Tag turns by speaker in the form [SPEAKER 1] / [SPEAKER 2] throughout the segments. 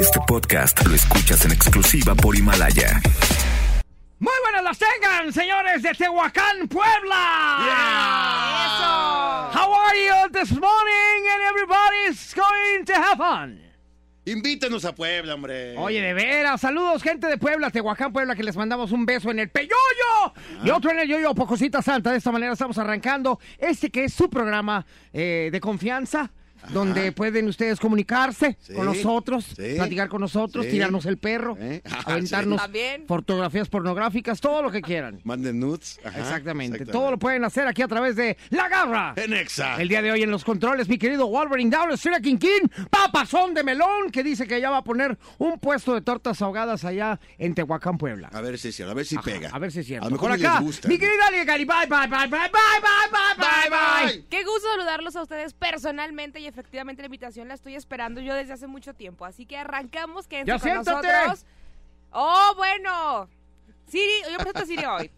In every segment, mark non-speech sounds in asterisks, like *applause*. [SPEAKER 1] Este podcast lo escuchas en exclusiva por Himalaya.
[SPEAKER 2] Muy buenas las tengan, señores de Tehuacán, Puebla. How are you this morning? And everybody's going to have fun.
[SPEAKER 3] Invítenos a Puebla, hombre.
[SPEAKER 2] Oye, de veras, saludos gente de Puebla, Tehuacán, Puebla, que les mandamos un beso en el peyoyo
[SPEAKER 3] Ah.
[SPEAKER 2] y otro en el yoyo, pocosita santa. De esta manera estamos arrancando este que es su programa eh, de confianza. Donde pueden ustedes comunicarse
[SPEAKER 3] Sí.
[SPEAKER 2] con nosotros,
[SPEAKER 3] Sí.
[SPEAKER 2] platicar con nosotros,
[SPEAKER 3] Sí.
[SPEAKER 2] tirarnos el perro,
[SPEAKER 3] ¿Eh? *laughs* Ah, sí.
[SPEAKER 2] aventarnos
[SPEAKER 4] También.
[SPEAKER 2] fotografías pornográficas, todo lo que quieran.
[SPEAKER 3] Manden nudes. Ajá,
[SPEAKER 2] Exactamente. Todo lo pueden hacer aquí a través de La Garra.
[SPEAKER 3] En Exa.
[SPEAKER 2] El día de hoy en los controles, mi querido Wolverine Down, Estrella King King, papazón de melón, que dice que ya va a poner un puesto de tortas ahogadas allá en Tehuacán, Puebla.
[SPEAKER 3] A ver si es cierto, a ver si pega.
[SPEAKER 2] A ver si es cierto.
[SPEAKER 3] A lo mejor
[SPEAKER 2] Por
[SPEAKER 3] ni
[SPEAKER 2] acá,
[SPEAKER 3] les gusta.
[SPEAKER 2] mi querida Liga Cari, bye, bye, bye, bye, bye, bye, bye, bye, bye.
[SPEAKER 4] Qué gusto saludarlos a ustedes personalmente y efectivamente la invitación la estoy esperando yo desde hace mucho tiempo. Así que arrancamos, quédense
[SPEAKER 2] Ya
[SPEAKER 4] con
[SPEAKER 2] siéntate.
[SPEAKER 4] nosotros. Oh, bueno. Siri, yo presento a Siri hoy.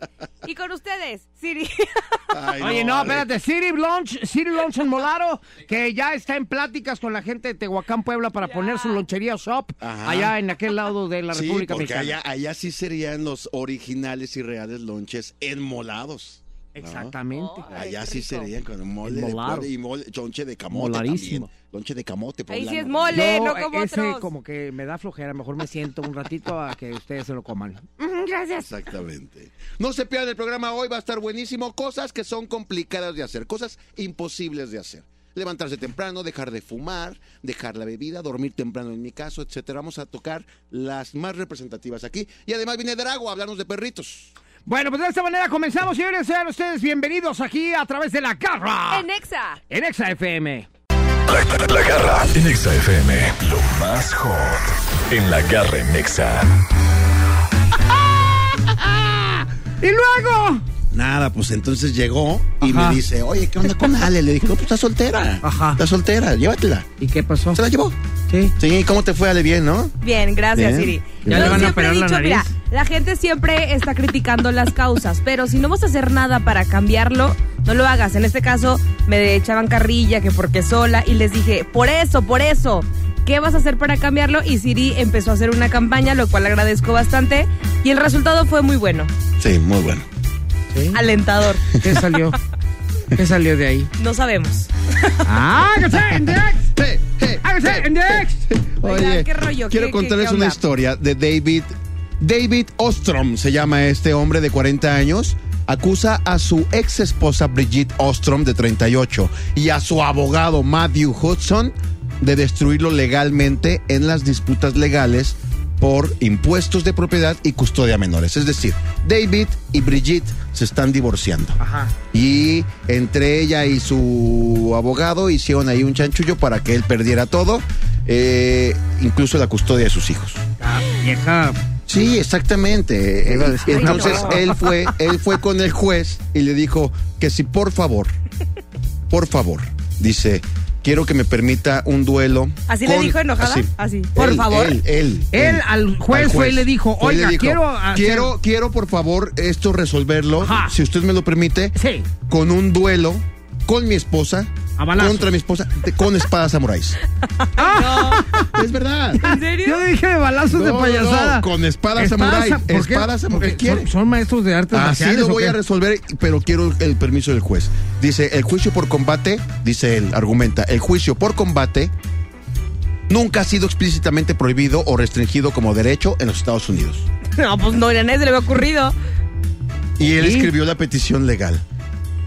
[SPEAKER 4] Y con ustedes, Siri. *laughs*
[SPEAKER 3] Ay,
[SPEAKER 2] Oye, no,
[SPEAKER 3] Alex.
[SPEAKER 2] espérate, City Lunch, City Lunch en Molaro, que ya está en pláticas con la gente de Tehuacán, Puebla, para poner su lonchería shop
[SPEAKER 3] Ajá.
[SPEAKER 2] allá en aquel lado de la
[SPEAKER 3] Sí,
[SPEAKER 2] República
[SPEAKER 3] porque
[SPEAKER 2] Mexicana.
[SPEAKER 3] allá, allá sí serían los originales y reales lonches enmolados. ¿no?
[SPEAKER 2] Exactamente.
[SPEAKER 4] Oh.
[SPEAKER 3] Allá
[SPEAKER 4] Ay, qué
[SPEAKER 3] sí
[SPEAKER 4] rico.
[SPEAKER 3] serían con mole
[SPEAKER 2] Enmolado.
[SPEAKER 3] de puerco y mole, lonche de camote
[SPEAKER 2] Molarísimo.
[SPEAKER 3] también. Lonche de camote.
[SPEAKER 4] Ahí sí
[SPEAKER 3] poblano.
[SPEAKER 4] es mole,
[SPEAKER 2] Yo,
[SPEAKER 4] no como
[SPEAKER 2] ese
[SPEAKER 4] otros.
[SPEAKER 2] como que me da flojera, mejor me siento un ratito a que ustedes se lo coman. Mm, Gracias.
[SPEAKER 3] Exactamente. No se pierdan el programa hoy, va a estar buenísimo. Cosas que son complicadas de hacer, cosas imposibles de hacer. Levantarse temprano, dejar de fumar, dejar la bebida, dormir temprano en mi caso, etcétera. Vamos a tocar las más representativas aquí. Y además viene Drago a hablarnos de perritos.
[SPEAKER 2] Bueno, pues de esta manera comenzamos, señores. Sean ustedes bienvenidos aquí a través de la garra
[SPEAKER 4] En Exa.
[SPEAKER 2] en Exa FM.
[SPEAKER 1] La, la- la garra en Exa FM. Lo más hot en la garra en Exa.
[SPEAKER 2] Y luego.
[SPEAKER 3] Nada, pues entonces llegó y
[SPEAKER 2] Ajá.
[SPEAKER 3] me dice, oye, ¿qué onda con Ale? Le dije, no, pues está soltera.
[SPEAKER 2] Ajá.
[SPEAKER 3] Está soltera, llévatela.
[SPEAKER 2] ¿Y qué pasó?
[SPEAKER 3] ¿Se la llevó?
[SPEAKER 2] Sí.
[SPEAKER 3] Sí, ¿cómo te fue, Ale? Bien, ¿no?
[SPEAKER 4] Bien, gracias,
[SPEAKER 3] Bien.
[SPEAKER 4] Siri.
[SPEAKER 2] Ya le
[SPEAKER 4] Yo
[SPEAKER 2] van a
[SPEAKER 4] siempre he
[SPEAKER 2] operar la
[SPEAKER 4] dicho, mira,
[SPEAKER 2] nariz.
[SPEAKER 4] la gente siempre está criticando las causas, pero si no vas a hacer nada para cambiarlo, no lo hagas. En este caso, me echaban carrilla que porque sola y les dije, por eso, por eso, ¿qué vas a hacer para cambiarlo? Y Siri empezó a hacer una campaña, lo cual agradezco bastante, y el resultado fue muy bueno,
[SPEAKER 3] Sí, muy bueno.
[SPEAKER 4] alentador.
[SPEAKER 2] ¿Qué salió? ¿Qué salió de ahí?
[SPEAKER 4] No sabemos.
[SPEAKER 2] ¡Ah, que sé, en Dex!
[SPEAKER 3] Sí, sí,
[SPEAKER 2] ¡Ah, que sé, en Dex!
[SPEAKER 3] *laughs*
[SPEAKER 4] Oigan, ¿qué
[SPEAKER 3] quiero
[SPEAKER 4] rollo? ¿Qué- qué-
[SPEAKER 3] contarles
[SPEAKER 4] qué
[SPEAKER 3] una
[SPEAKER 4] onda?
[SPEAKER 3] historia de David. David Ostrom se llama este hombre de 40 años. Acusa a su ex esposa Brigitte Ostrom de 38 y a su abogado Matthew Hudson de destruirlo legalmente en las disputas legales por impuestos de propiedad y custodia a menores. Es decir, David y Brigitte se están divorciando.
[SPEAKER 2] Ajá.
[SPEAKER 3] Y entre ella y su abogado hicieron ahí un chanchullo para que él perdiera todo, eh, incluso la custodia de sus hijos.
[SPEAKER 2] La vieja.
[SPEAKER 3] Sí, exactamente.
[SPEAKER 2] Iba a decir una
[SPEAKER 3] eh, Entonces
[SPEAKER 2] cosa.
[SPEAKER 3] él fue, él fue con el juez y le dijo que si por favor, por favor, dice, quiero que me permita un duelo.
[SPEAKER 4] ¿Así le dijo enojada? Así, por
[SPEAKER 3] Él,
[SPEAKER 4] favor.
[SPEAKER 3] Él, él,
[SPEAKER 2] Él al juez fue y le dijo,
[SPEAKER 3] Fue y le
[SPEAKER 2] "Oiga, quiero hacer-
[SPEAKER 3] quiero, quiero por favor esto resolverlo,
[SPEAKER 2] Ajá.
[SPEAKER 3] si usted me lo permite
[SPEAKER 2] Sí.
[SPEAKER 3] con un duelo con mi esposa.
[SPEAKER 2] A balazos.
[SPEAKER 3] Contra mi esposa, de- con
[SPEAKER 2] *laughs*
[SPEAKER 3] espadas samuráis. Es verdad.
[SPEAKER 4] ¿En serio?
[SPEAKER 2] Yo dije de balazos de
[SPEAKER 3] No, no,
[SPEAKER 2] payasada.
[SPEAKER 3] no, con espada samurái,
[SPEAKER 2] ¿por qué? Ah,
[SPEAKER 3] espada samurái,
[SPEAKER 2] Porque
[SPEAKER 3] ¿quiere?
[SPEAKER 2] Son, son maestros de artes
[SPEAKER 3] Así
[SPEAKER 2] marciales,
[SPEAKER 3] lo
[SPEAKER 2] ¿o
[SPEAKER 3] voy
[SPEAKER 2] qué?
[SPEAKER 3] a resolver, pero quiero el permiso del juez. Dice, el juicio por combate, dice él, argumenta, el juicio por combate nunca ha sido explícitamente prohibido o restringido como derecho en los Estados Unidos.
[SPEAKER 4] No, pues no, a nadie se le había ocurrido.
[SPEAKER 3] Y él
[SPEAKER 2] ¿Sí?
[SPEAKER 3] escribió la petición legal.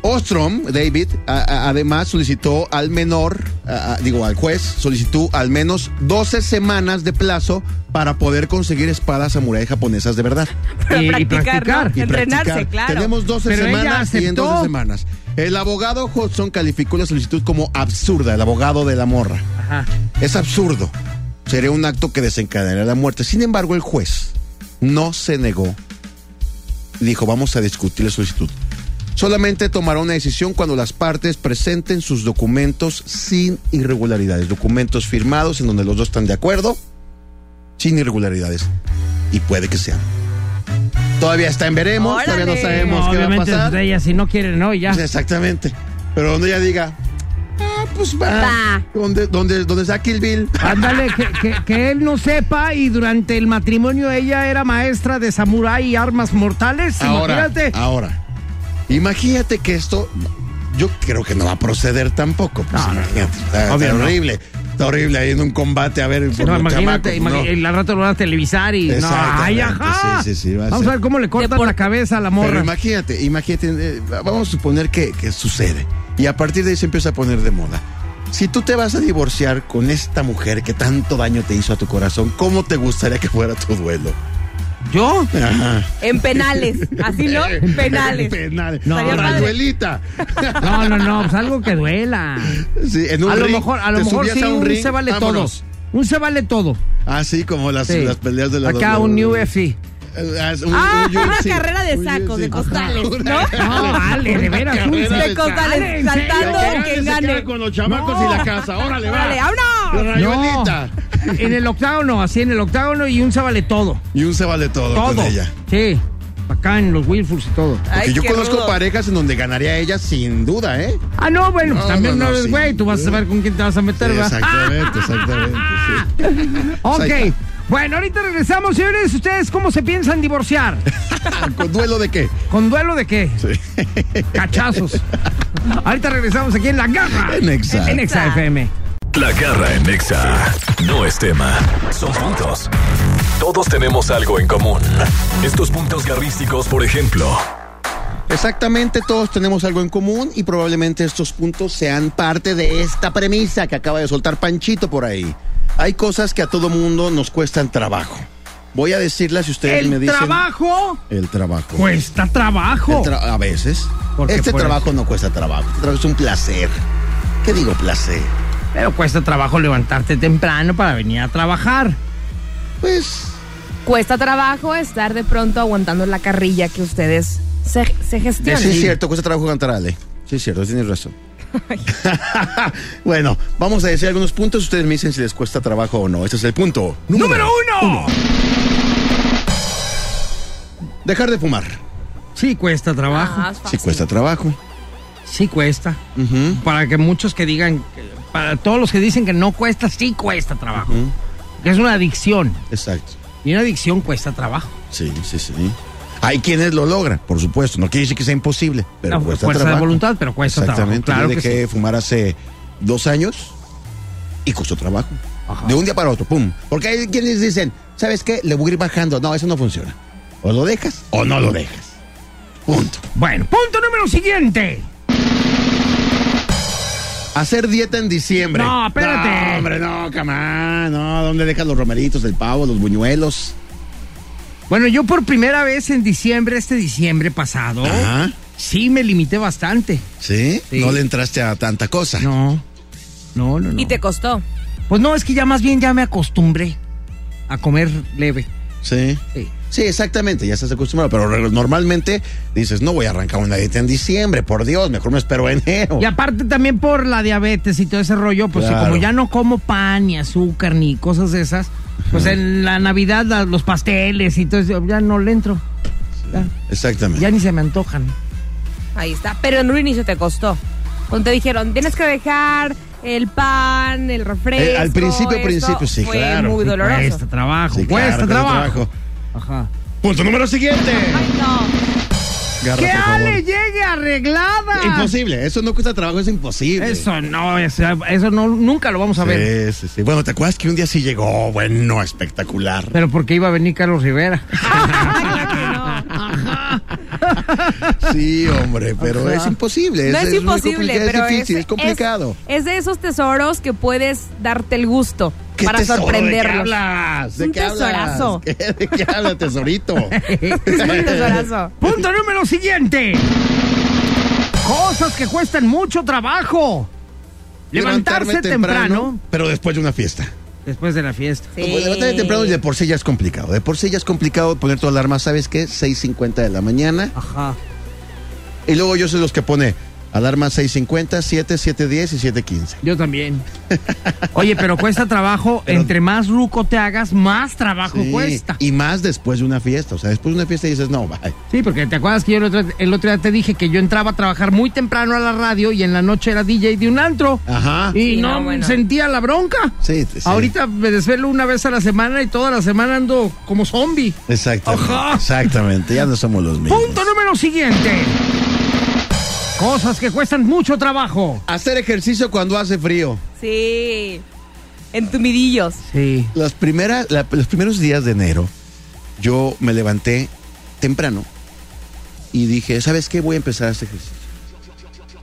[SPEAKER 3] Ostrom, David, a- a- además solicitó al menor, a- a- digo al juez, solicitó al menos 12 semanas de plazo para poder conseguir espadas samuráis japonesas de verdad.
[SPEAKER 4] Pero
[SPEAKER 2] Y- y
[SPEAKER 4] practicar,
[SPEAKER 2] practicar,
[SPEAKER 4] ¿no?
[SPEAKER 3] y
[SPEAKER 4] Entrenarse,
[SPEAKER 3] practicar.
[SPEAKER 4] claro.
[SPEAKER 3] Tenemos 12
[SPEAKER 2] Pero ella
[SPEAKER 3] semanas y en
[SPEAKER 2] aceptó.
[SPEAKER 3] 12 semanas. El abogado Hudson calificó la solicitud como absurda, el abogado de la morra.
[SPEAKER 2] Ajá.
[SPEAKER 3] Es absurdo. Sería un acto que desencadenará la muerte. Sin embargo, el juez no se negó. Dijo, vamos a discutir la solicitud. Solamente tomará una decisión cuando las partes presenten sus documentos sin irregularidades. Documentos firmados en donde los dos están de acuerdo, sin irregularidades. Y puede que sean. Todavía está en veremos, todavía no
[SPEAKER 4] Órale.
[SPEAKER 2] No,
[SPEAKER 3] sabemos qué va a
[SPEAKER 2] obviamente pues,
[SPEAKER 3] pasar.
[SPEAKER 2] de ella si no quiere, no, y ya.
[SPEAKER 3] Pues Exactamente. Pero donde ella diga, "Ah, Ah, pues va.
[SPEAKER 4] Va.
[SPEAKER 3] Donde, donde, donde está Kill Bill.
[SPEAKER 2] Ándale, que, que- que él no sepa y durante el matrimonio ella era maestra de samurái y armas mortales.
[SPEAKER 3] Ahora,
[SPEAKER 2] Imagínate.
[SPEAKER 3] ahora. Imagínate que esto, yo creo que no va a proceder tampoco. Pues,
[SPEAKER 2] No, no,
[SPEAKER 3] imagínate, está, está
[SPEAKER 2] Obvio, no.
[SPEAKER 3] horrible. Está horrible ahí en un combate, a ver, por
[SPEAKER 2] No,
[SPEAKER 3] los
[SPEAKER 2] imagínate,
[SPEAKER 3] chamacos,
[SPEAKER 2] imagi-
[SPEAKER 3] no.
[SPEAKER 2] el al rato lo van a televisar y no, ay,
[SPEAKER 3] Exactamente,
[SPEAKER 2] ajá.
[SPEAKER 3] sí, sí, sí, va a
[SPEAKER 2] Vamos
[SPEAKER 3] ser.
[SPEAKER 2] a ver cómo le cortan
[SPEAKER 4] Depor-
[SPEAKER 2] la cabeza a la
[SPEAKER 3] Pero
[SPEAKER 2] morra.
[SPEAKER 3] imagínate, imagínate, eh, vamos a suponer que, que sucede. Y a partir de ahí se empieza a poner de moda. Si tú te vas a divorciar con esta mujer que tanto daño te hizo a tu corazón, ¿cómo te gustaría que fuera
[SPEAKER 2] *laughs*
[SPEAKER 3] tu duelo? *laughs*
[SPEAKER 2] ¿Yo?
[SPEAKER 3] Ajá.
[SPEAKER 4] En penales.
[SPEAKER 2] *laughs*
[SPEAKER 4] Así no,
[SPEAKER 3] *laughs*
[SPEAKER 4] penales.
[SPEAKER 3] Penal.
[SPEAKER 2] No,
[SPEAKER 4] Estaría
[SPEAKER 3] Para
[SPEAKER 4] padre.
[SPEAKER 3] duelita.
[SPEAKER 2] No, no, no, pues algo que duela.
[SPEAKER 3] *laughs* Sí, en un
[SPEAKER 2] a lo
[SPEAKER 3] ring,
[SPEAKER 2] mejor, a lo
[SPEAKER 3] te
[SPEAKER 2] mejor
[SPEAKER 3] subías
[SPEAKER 2] sí,
[SPEAKER 3] a
[SPEAKER 2] un,
[SPEAKER 3] ring,
[SPEAKER 2] se vale
[SPEAKER 3] vámonos.
[SPEAKER 2] todo. Un se vale todo.
[SPEAKER 3] Así Ah, como las,
[SPEAKER 2] Sí.
[SPEAKER 3] las peleas de la
[SPEAKER 2] Acá
[SPEAKER 3] WWE.
[SPEAKER 2] un New UFC.
[SPEAKER 3] Eh, as- un-
[SPEAKER 4] Ah,
[SPEAKER 3] un UFC.
[SPEAKER 4] una carrera de
[SPEAKER 3] Un
[SPEAKER 4] sacos, de
[SPEAKER 3] UFC.
[SPEAKER 4] costales,
[SPEAKER 3] Una
[SPEAKER 4] ¿no?
[SPEAKER 2] No, vale, de veras. un
[SPEAKER 3] carrera
[SPEAKER 2] se-
[SPEAKER 4] de costales,
[SPEAKER 2] Dale, en serio,
[SPEAKER 4] saltando
[SPEAKER 2] que
[SPEAKER 4] el que
[SPEAKER 3] se
[SPEAKER 4] gane.
[SPEAKER 3] queda con los chamacos
[SPEAKER 2] No.
[SPEAKER 3] y la casa. Órale, va.
[SPEAKER 4] Órale, ¡vámonos!
[SPEAKER 3] La
[SPEAKER 2] No,
[SPEAKER 3] rayuelita.
[SPEAKER 2] en el octágono, así en el octágono y un se vale todo.
[SPEAKER 3] Y un se vale todo,
[SPEAKER 2] Todo.
[SPEAKER 3] con ella.
[SPEAKER 2] Sí, acá en los Wilfurs y todo.
[SPEAKER 3] Porque
[SPEAKER 4] Ay,
[SPEAKER 3] yo
[SPEAKER 4] qué
[SPEAKER 3] conozco
[SPEAKER 4] rudo.
[SPEAKER 3] parejas en donde ganaría ella sin duda, ¿eh?
[SPEAKER 2] Ah, no, bueno, pues
[SPEAKER 3] No,
[SPEAKER 2] también
[SPEAKER 3] no,
[SPEAKER 2] no
[SPEAKER 3] no,
[SPEAKER 2] eres
[SPEAKER 3] sí.
[SPEAKER 2] güey, tú vas a saber con quién te vas a meter,
[SPEAKER 3] Sí,
[SPEAKER 2] ¿verdad? Ah,
[SPEAKER 3] exactamente, exactamente.
[SPEAKER 4] *laughs*
[SPEAKER 3] sí. pues Ahí
[SPEAKER 2] Ok.
[SPEAKER 3] está.
[SPEAKER 2] Bueno, ahorita regresamos, señores. ¿Ustedes cómo se piensan divorciar?
[SPEAKER 3] ¿Con duelo de qué?
[SPEAKER 2] ¿Con duelo de qué?
[SPEAKER 3] *laughs*
[SPEAKER 2] Cachazos. ahorita regresamos aquí en La Garra.
[SPEAKER 3] En Exa.
[SPEAKER 2] En Exa FM.
[SPEAKER 1] La garra en Nexa no es tema, son puntos. Todos tenemos algo en común. Estos puntos garrísticos, por ejemplo,
[SPEAKER 3] Exactamente, todos tenemos algo en común y probablemente estos puntos sean parte de esta premisa que acaba de soltar Panchito por ahí. Hay cosas que a todo mundo nos cuestan trabajo. Voy a decirlas si ustedes me
[SPEAKER 2] El
[SPEAKER 3] dicen.
[SPEAKER 2] trabajo
[SPEAKER 3] El trabajo.
[SPEAKER 2] cuesta
[SPEAKER 3] El
[SPEAKER 2] trabajo.
[SPEAKER 3] tra- a veces.
[SPEAKER 2] Porque
[SPEAKER 3] Este
[SPEAKER 2] por
[SPEAKER 3] trabajo no cuesta trabajo. Este trabajo es un placer. ¿Qué digo placer?
[SPEAKER 2] Pero cuesta trabajo levantarte temprano para venir a trabajar.
[SPEAKER 3] Pues
[SPEAKER 4] Cuesta trabajo estar de pronto aguantando la carrilla que ustedes se, se gestionan.
[SPEAKER 3] eh, Sí, es cierto, cuesta trabajo cantar Ale. Sí, es cierto, tienes razón.
[SPEAKER 2] *laughs*
[SPEAKER 3] *laughs* bueno, vamos a decir algunos puntos. Ustedes me dicen si les cuesta trabajo o no. Este es el punto.
[SPEAKER 2] ¡Número uno!
[SPEAKER 3] Dejar de fumar.
[SPEAKER 2] Sí cuesta trabajo.
[SPEAKER 4] Ah, es
[SPEAKER 3] Sí,
[SPEAKER 4] fácil.
[SPEAKER 3] cuesta trabajo.
[SPEAKER 2] Sí cuesta.
[SPEAKER 3] Ujú.
[SPEAKER 2] Para que muchos que digan, que- para todos los que dicen que no cuesta, sí cuesta trabajo. Que es una adicción.
[SPEAKER 3] Exacto.
[SPEAKER 2] Y una adicción cuesta trabajo.
[SPEAKER 3] Sí, sí, sí. Hay quienes lo logran, por supuesto. No quiere decir que sea imposible, pero
[SPEAKER 2] No,
[SPEAKER 3] cuesta
[SPEAKER 2] fuerza de
[SPEAKER 3] trabajo.
[SPEAKER 2] voluntad, pero cuesta trabajo,
[SPEAKER 3] Exactamente.
[SPEAKER 2] claro
[SPEAKER 3] Yo
[SPEAKER 2] que
[SPEAKER 3] dejé de fumar hace dos años y costó trabajo.
[SPEAKER 2] Ajá.
[SPEAKER 3] De un día para otro, pum. Porque hay quienes dicen, ¿sabes qué? Le voy a ir bajando. No, eso no funciona. O lo dejas o no lo dejas. Punto.
[SPEAKER 2] Bueno, punto número siguiente.
[SPEAKER 3] Hacer dieta en diciembre.
[SPEAKER 2] No, espérate.
[SPEAKER 3] No, hombre, no, camán. No, ¿dónde dejas los romeritos, el pavo, los buñuelos?
[SPEAKER 2] Bueno, yo por primera vez en diciembre, este diciembre pasado,
[SPEAKER 3] Ajá.
[SPEAKER 2] sí me limité bastante.
[SPEAKER 3] ¿Sí?
[SPEAKER 2] Sí.
[SPEAKER 3] No le entraste a tanta cosa.
[SPEAKER 2] No, no, no, no.
[SPEAKER 4] Y te costó.
[SPEAKER 2] Pues no, es que ya más bien ya me acostumbré a comer leve.
[SPEAKER 3] Sí.
[SPEAKER 2] Sí.
[SPEAKER 3] Sí, exactamente, ya estás acostumbrado, pero re- normalmente dices, no voy a arrancar una dieta en diciembre, por Dios, mejor me espero enero.
[SPEAKER 2] Y aparte también por la diabetes y todo ese rollo, pues
[SPEAKER 3] Claro.
[SPEAKER 2] como ya no como pan ni azúcar ni cosas de esas, pues en la Navidad la- los pasteles y todo eso, ya no le entro. Ya,
[SPEAKER 3] Exactamente.
[SPEAKER 2] ya ni se me antojan.
[SPEAKER 4] Ahí está. Pero en un inicio te costó. Cuando te dijeron, tienes que dejar el pan, el refresco.
[SPEAKER 3] Eh, al principio,
[SPEAKER 4] esto",
[SPEAKER 3] principio, sí,
[SPEAKER 4] fue
[SPEAKER 3] claro.
[SPEAKER 4] muy doloroso.
[SPEAKER 2] Cuesta trabajo,
[SPEAKER 3] Sí, claro,
[SPEAKER 2] cuesta
[SPEAKER 3] cuesta
[SPEAKER 2] trabajo.
[SPEAKER 3] trabajo.
[SPEAKER 2] Ajá.
[SPEAKER 3] Punto número siguiente.
[SPEAKER 4] Ay, no.
[SPEAKER 3] Garra,
[SPEAKER 2] ¡Que
[SPEAKER 3] por favor.
[SPEAKER 2] Ale llegue arreglada!
[SPEAKER 3] Imposible, eso no cuesta trabajo, es imposible.
[SPEAKER 2] Eso no, eso, eso no, nunca lo vamos a ver.
[SPEAKER 3] Sí, sí, sí. Bueno, ¿te acuerdas que un día sí llegó? Bueno, espectacular.
[SPEAKER 2] *laughs* Pero porque iba a venir Carlos Rivera.
[SPEAKER 4] *laughs*
[SPEAKER 3] Sí, hombre, pero
[SPEAKER 2] Ajá.
[SPEAKER 3] es imposible.
[SPEAKER 4] No es,
[SPEAKER 3] muy
[SPEAKER 4] imposible,
[SPEAKER 3] complicado,
[SPEAKER 4] pero
[SPEAKER 3] es difícil, es, complicado.
[SPEAKER 4] Es, de esos tesoros que puedes darte el gusto
[SPEAKER 3] ¿Qué
[SPEAKER 4] para
[SPEAKER 3] tesoro?
[SPEAKER 4] sorprenderlos.
[SPEAKER 3] ¿De qué hablas? ¿De
[SPEAKER 4] Un
[SPEAKER 3] qué hablas?
[SPEAKER 4] tesorazo.
[SPEAKER 3] ¿Qué- *laughs* ¿De qué hablas, tesorito?
[SPEAKER 4] *laughs* es un tesorazo.
[SPEAKER 2] Punto número siguiente. Cosas que cuestan mucho trabajo. Levantarse temprano,
[SPEAKER 3] Pero después de una fiesta.
[SPEAKER 2] después de la fiesta.
[SPEAKER 4] Sí.
[SPEAKER 3] Como Levantarte temprano y de por sí ya es complicado. De por sí ya es complicado poner tu alarma, ¿sabes qué? 6.50 de la mañana.
[SPEAKER 2] Ajá.
[SPEAKER 3] Y luego yo soy los que pone Alarma 650, 7, 710 y 715.
[SPEAKER 2] Yo también. Oye, pero cuesta trabajo. Entre más ruco te hagas, más trabajo
[SPEAKER 3] Sí,
[SPEAKER 2] cuesta.
[SPEAKER 3] Y más después de una fiesta. O sea, después de una fiesta dices, no, bye.
[SPEAKER 2] Sí, porque te acuerdas que yo el otro, el otro día te dije que yo entraba a trabajar muy temprano a la radio y en la noche era DJ de un antro.
[SPEAKER 3] Ajá.
[SPEAKER 2] Y
[SPEAKER 4] Sí,
[SPEAKER 2] no,
[SPEAKER 4] no, bueno.
[SPEAKER 2] sentía la bronca.
[SPEAKER 3] Ah. Sí, sí.
[SPEAKER 2] Ahorita me desvelo una vez a la semana y toda la semana ando como zombie.
[SPEAKER 3] Exactamente.
[SPEAKER 2] Ajá.
[SPEAKER 3] Exactamente. Ya no somos los mismos.
[SPEAKER 2] Punto número siguiente. Cosas que cuestan mucho trabajo.
[SPEAKER 3] Hacer ejercicio cuando hace frío.
[SPEAKER 4] Sí. Entumidillos.
[SPEAKER 2] Sí.
[SPEAKER 3] Las primeras, la- los primeros días de enero, yo me levanté temprano y dije, ¿sabes qué? Voy a empezar a hacer ejercicio.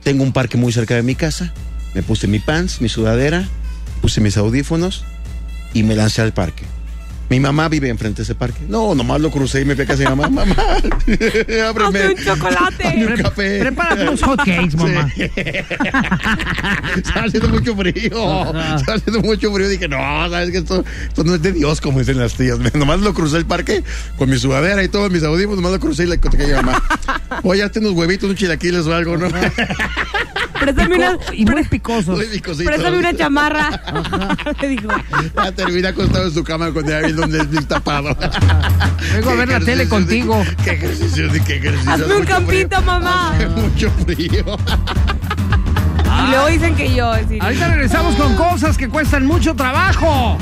[SPEAKER 3] Tengo un parque muy cerca de mi casa. Me puse mi pants, mi sudadera, puse mis audífonos y me lancé al parque. Mi mamá vive enfrente de ese parque. No, nomás lo crucé y me fui a casa de mi mamá. Mamá, *laughs* ábreme.
[SPEAKER 4] Hazme un
[SPEAKER 2] *laughs*
[SPEAKER 4] chocolate.
[SPEAKER 3] Un café.
[SPEAKER 2] Prepárate unos hotcakes,
[SPEAKER 3] *laughs*
[SPEAKER 2] mamá.
[SPEAKER 3] Está haciendo mucho frío.
[SPEAKER 2] Ajá.
[SPEAKER 3] Está haciendo mucho frío. Dije, no, sabes que esto, esto no es de Dios, como dicen las tías. *laughs* Nomás lo crucé el parque con mi sudadera y todos mis audífonos. Nomás lo crucé y le conté a
[SPEAKER 2] *laughs*
[SPEAKER 3] mi mamá. Oye, hazte unos huevitos, unos chilaquiles o algo, ¿no? *laughs*
[SPEAKER 4] Préstame una,
[SPEAKER 2] Y muy
[SPEAKER 4] pre-
[SPEAKER 2] picosos.
[SPEAKER 3] Le di cositas.
[SPEAKER 4] préstame una chamarra. *laughs* Le dijo.
[SPEAKER 3] *laughs* Ya termina acostado en su cama con el donde es tapado.
[SPEAKER 2] *laughs* Vengo a ver la tele contigo.
[SPEAKER 3] Qué ejercicio, qué ejercicio.
[SPEAKER 4] Hazme un
[SPEAKER 3] Mucho frío.
[SPEAKER 4] campito, mamá.
[SPEAKER 3] Hace mucho frío. *laughs*
[SPEAKER 4] Y luego dicen que yo. sí.
[SPEAKER 2] Ahorita regresamos con cosas que cuestan mucho trabajo.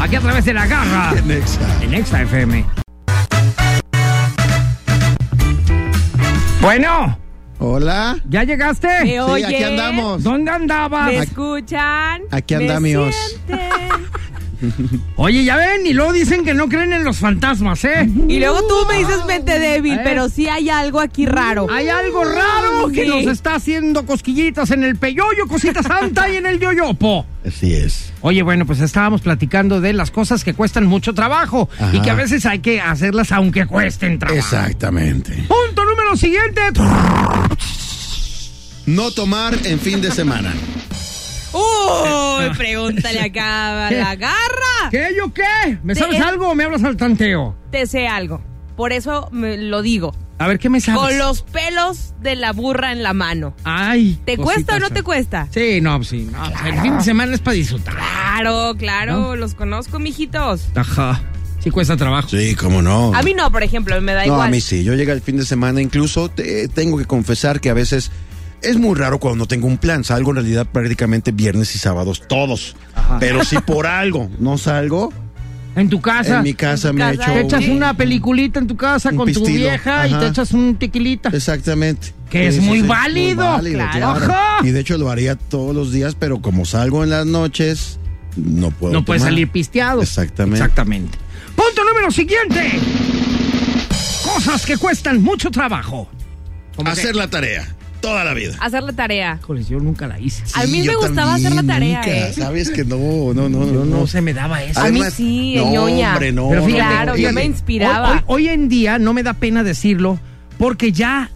[SPEAKER 2] Aquí a través de la garra.
[SPEAKER 3] Nexa.
[SPEAKER 2] En Exa FM. Bueno,
[SPEAKER 3] Hola.
[SPEAKER 2] ¿ya llegaste?
[SPEAKER 4] Me
[SPEAKER 3] Sí, aquí
[SPEAKER 4] oyen,
[SPEAKER 3] andamos.
[SPEAKER 2] ¿Dónde andabas?
[SPEAKER 4] Me escuchan.
[SPEAKER 3] Aquí
[SPEAKER 4] me
[SPEAKER 3] anda mi os.
[SPEAKER 4] sienten.
[SPEAKER 2] Oye, ya ven, y luego dicen que no creen en los fantasmas, ¿eh?
[SPEAKER 4] Y luego tú me dices mente débil,
[SPEAKER 2] Eh.
[SPEAKER 4] pero sí hay algo aquí raro.
[SPEAKER 2] Hay algo raro que
[SPEAKER 4] Sí.
[SPEAKER 2] nos está haciendo cosquillitas en el peyoyo, cosita santa y en el yoyopo.
[SPEAKER 3] Así es.
[SPEAKER 2] Oye, bueno, pues estábamos platicando de las cosas que cuestan mucho trabajo
[SPEAKER 3] Ajá.
[SPEAKER 2] y que a veces hay que hacerlas aunque cuesten trabajo.
[SPEAKER 3] Exactamente.
[SPEAKER 2] Punto número siguiente.
[SPEAKER 3] No tomar en fin de semana.
[SPEAKER 4] Uy, pregúntale acá a la garra.
[SPEAKER 2] ¿Qué yo qué? ¿Me
[SPEAKER 4] Sí,
[SPEAKER 2] sabes
[SPEAKER 4] eh.
[SPEAKER 2] algo o me hablas al tanteo?
[SPEAKER 4] Te sé algo. Por eso me lo digo.
[SPEAKER 2] A ver, ¿qué me sabes?
[SPEAKER 4] Con los pelos de la burra en la mano.
[SPEAKER 2] Ay.
[SPEAKER 4] ¿Te
[SPEAKER 2] cosita
[SPEAKER 4] cuesta o no
[SPEAKER 2] santa.
[SPEAKER 4] te cuesta?
[SPEAKER 2] Sí, no, pues sí. no, El fin de semana es para disfrutar.
[SPEAKER 4] Claro, claro, los conozco, mijitos.
[SPEAKER 2] Ajá. Sí cuesta trabajo.
[SPEAKER 3] *laughs* Sí, cómo no.
[SPEAKER 4] A mí no, por ejemplo, me da
[SPEAKER 3] no,
[SPEAKER 4] igual.
[SPEAKER 3] a mí sí. Yo llegué el fin de semana, incluso te- tengo que confesar que a veces es muy raro cuando no tengo un plan. Salgo en realidad prácticamente viernes y sábados, todos. Pero si por algo no
[SPEAKER 4] *laughs*
[SPEAKER 3] salgo,
[SPEAKER 2] En tu casa.
[SPEAKER 3] en mi casa
[SPEAKER 4] En tu
[SPEAKER 3] me he
[SPEAKER 4] casa.
[SPEAKER 3] hecho.
[SPEAKER 2] Te echas
[SPEAKER 3] un-
[SPEAKER 2] una peliculita en tu casa
[SPEAKER 3] Un
[SPEAKER 2] con tu
[SPEAKER 3] pistilo,
[SPEAKER 2] vieja y
[SPEAKER 3] ajá.
[SPEAKER 2] te echas un tequilita.
[SPEAKER 3] *laughs* Exactamente.
[SPEAKER 2] Que es muy válido,
[SPEAKER 3] *laughs*
[SPEAKER 4] claro.
[SPEAKER 2] Ajá.
[SPEAKER 3] Y de hecho lo haría todos los días, pero como salgo en las noches, no puedo.
[SPEAKER 2] No puedes
[SPEAKER 3] tomar.
[SPEAKER 2] salir pisteado.
[SPEAKER 3] Exactamente.
[SPEAKER 2] Exactamente. Punto número siguiente. Cosas que cuestan mucho trabajo. Como
[SPEAKER 3] Hacer la tarea toda la vida.
[SPEAKER 4] Hacer la tarea.
[SPEAKER 2] que- Híjoles, yo nunca la hice.
[SPEAKER 4] A mí me
[SPEAKER 3] yo
[SPEAKER 4] gustaba hacer la tarea,
[SPEAKER 3] nunca,
[SPEAKER 4] ¿eh?
[SPEAKER 3] Sabes que no, no, no,
[SPEAKER 2] Yo
[SPEAKER 3] no.
[SPEAKER 2] no se me daba eso.
[SPEAKER 4] A mí
[SPEAKER 3] Además,
[SPEAKER 4] sí,
[SPEAKER 3] no,
[SPEAKER 4] ñoña.
[SPEAKER 3] hombre, no,
[SPEAKER 2] Pero fíjate,
[SPEAKER 4] claro, yo
[SPEAKER 2] fíjate.
[SPEAKER 4] me inspiraba.
[SPEAKER 2] Hoy, hoy- hoy en día no me da pena decirlo porque ya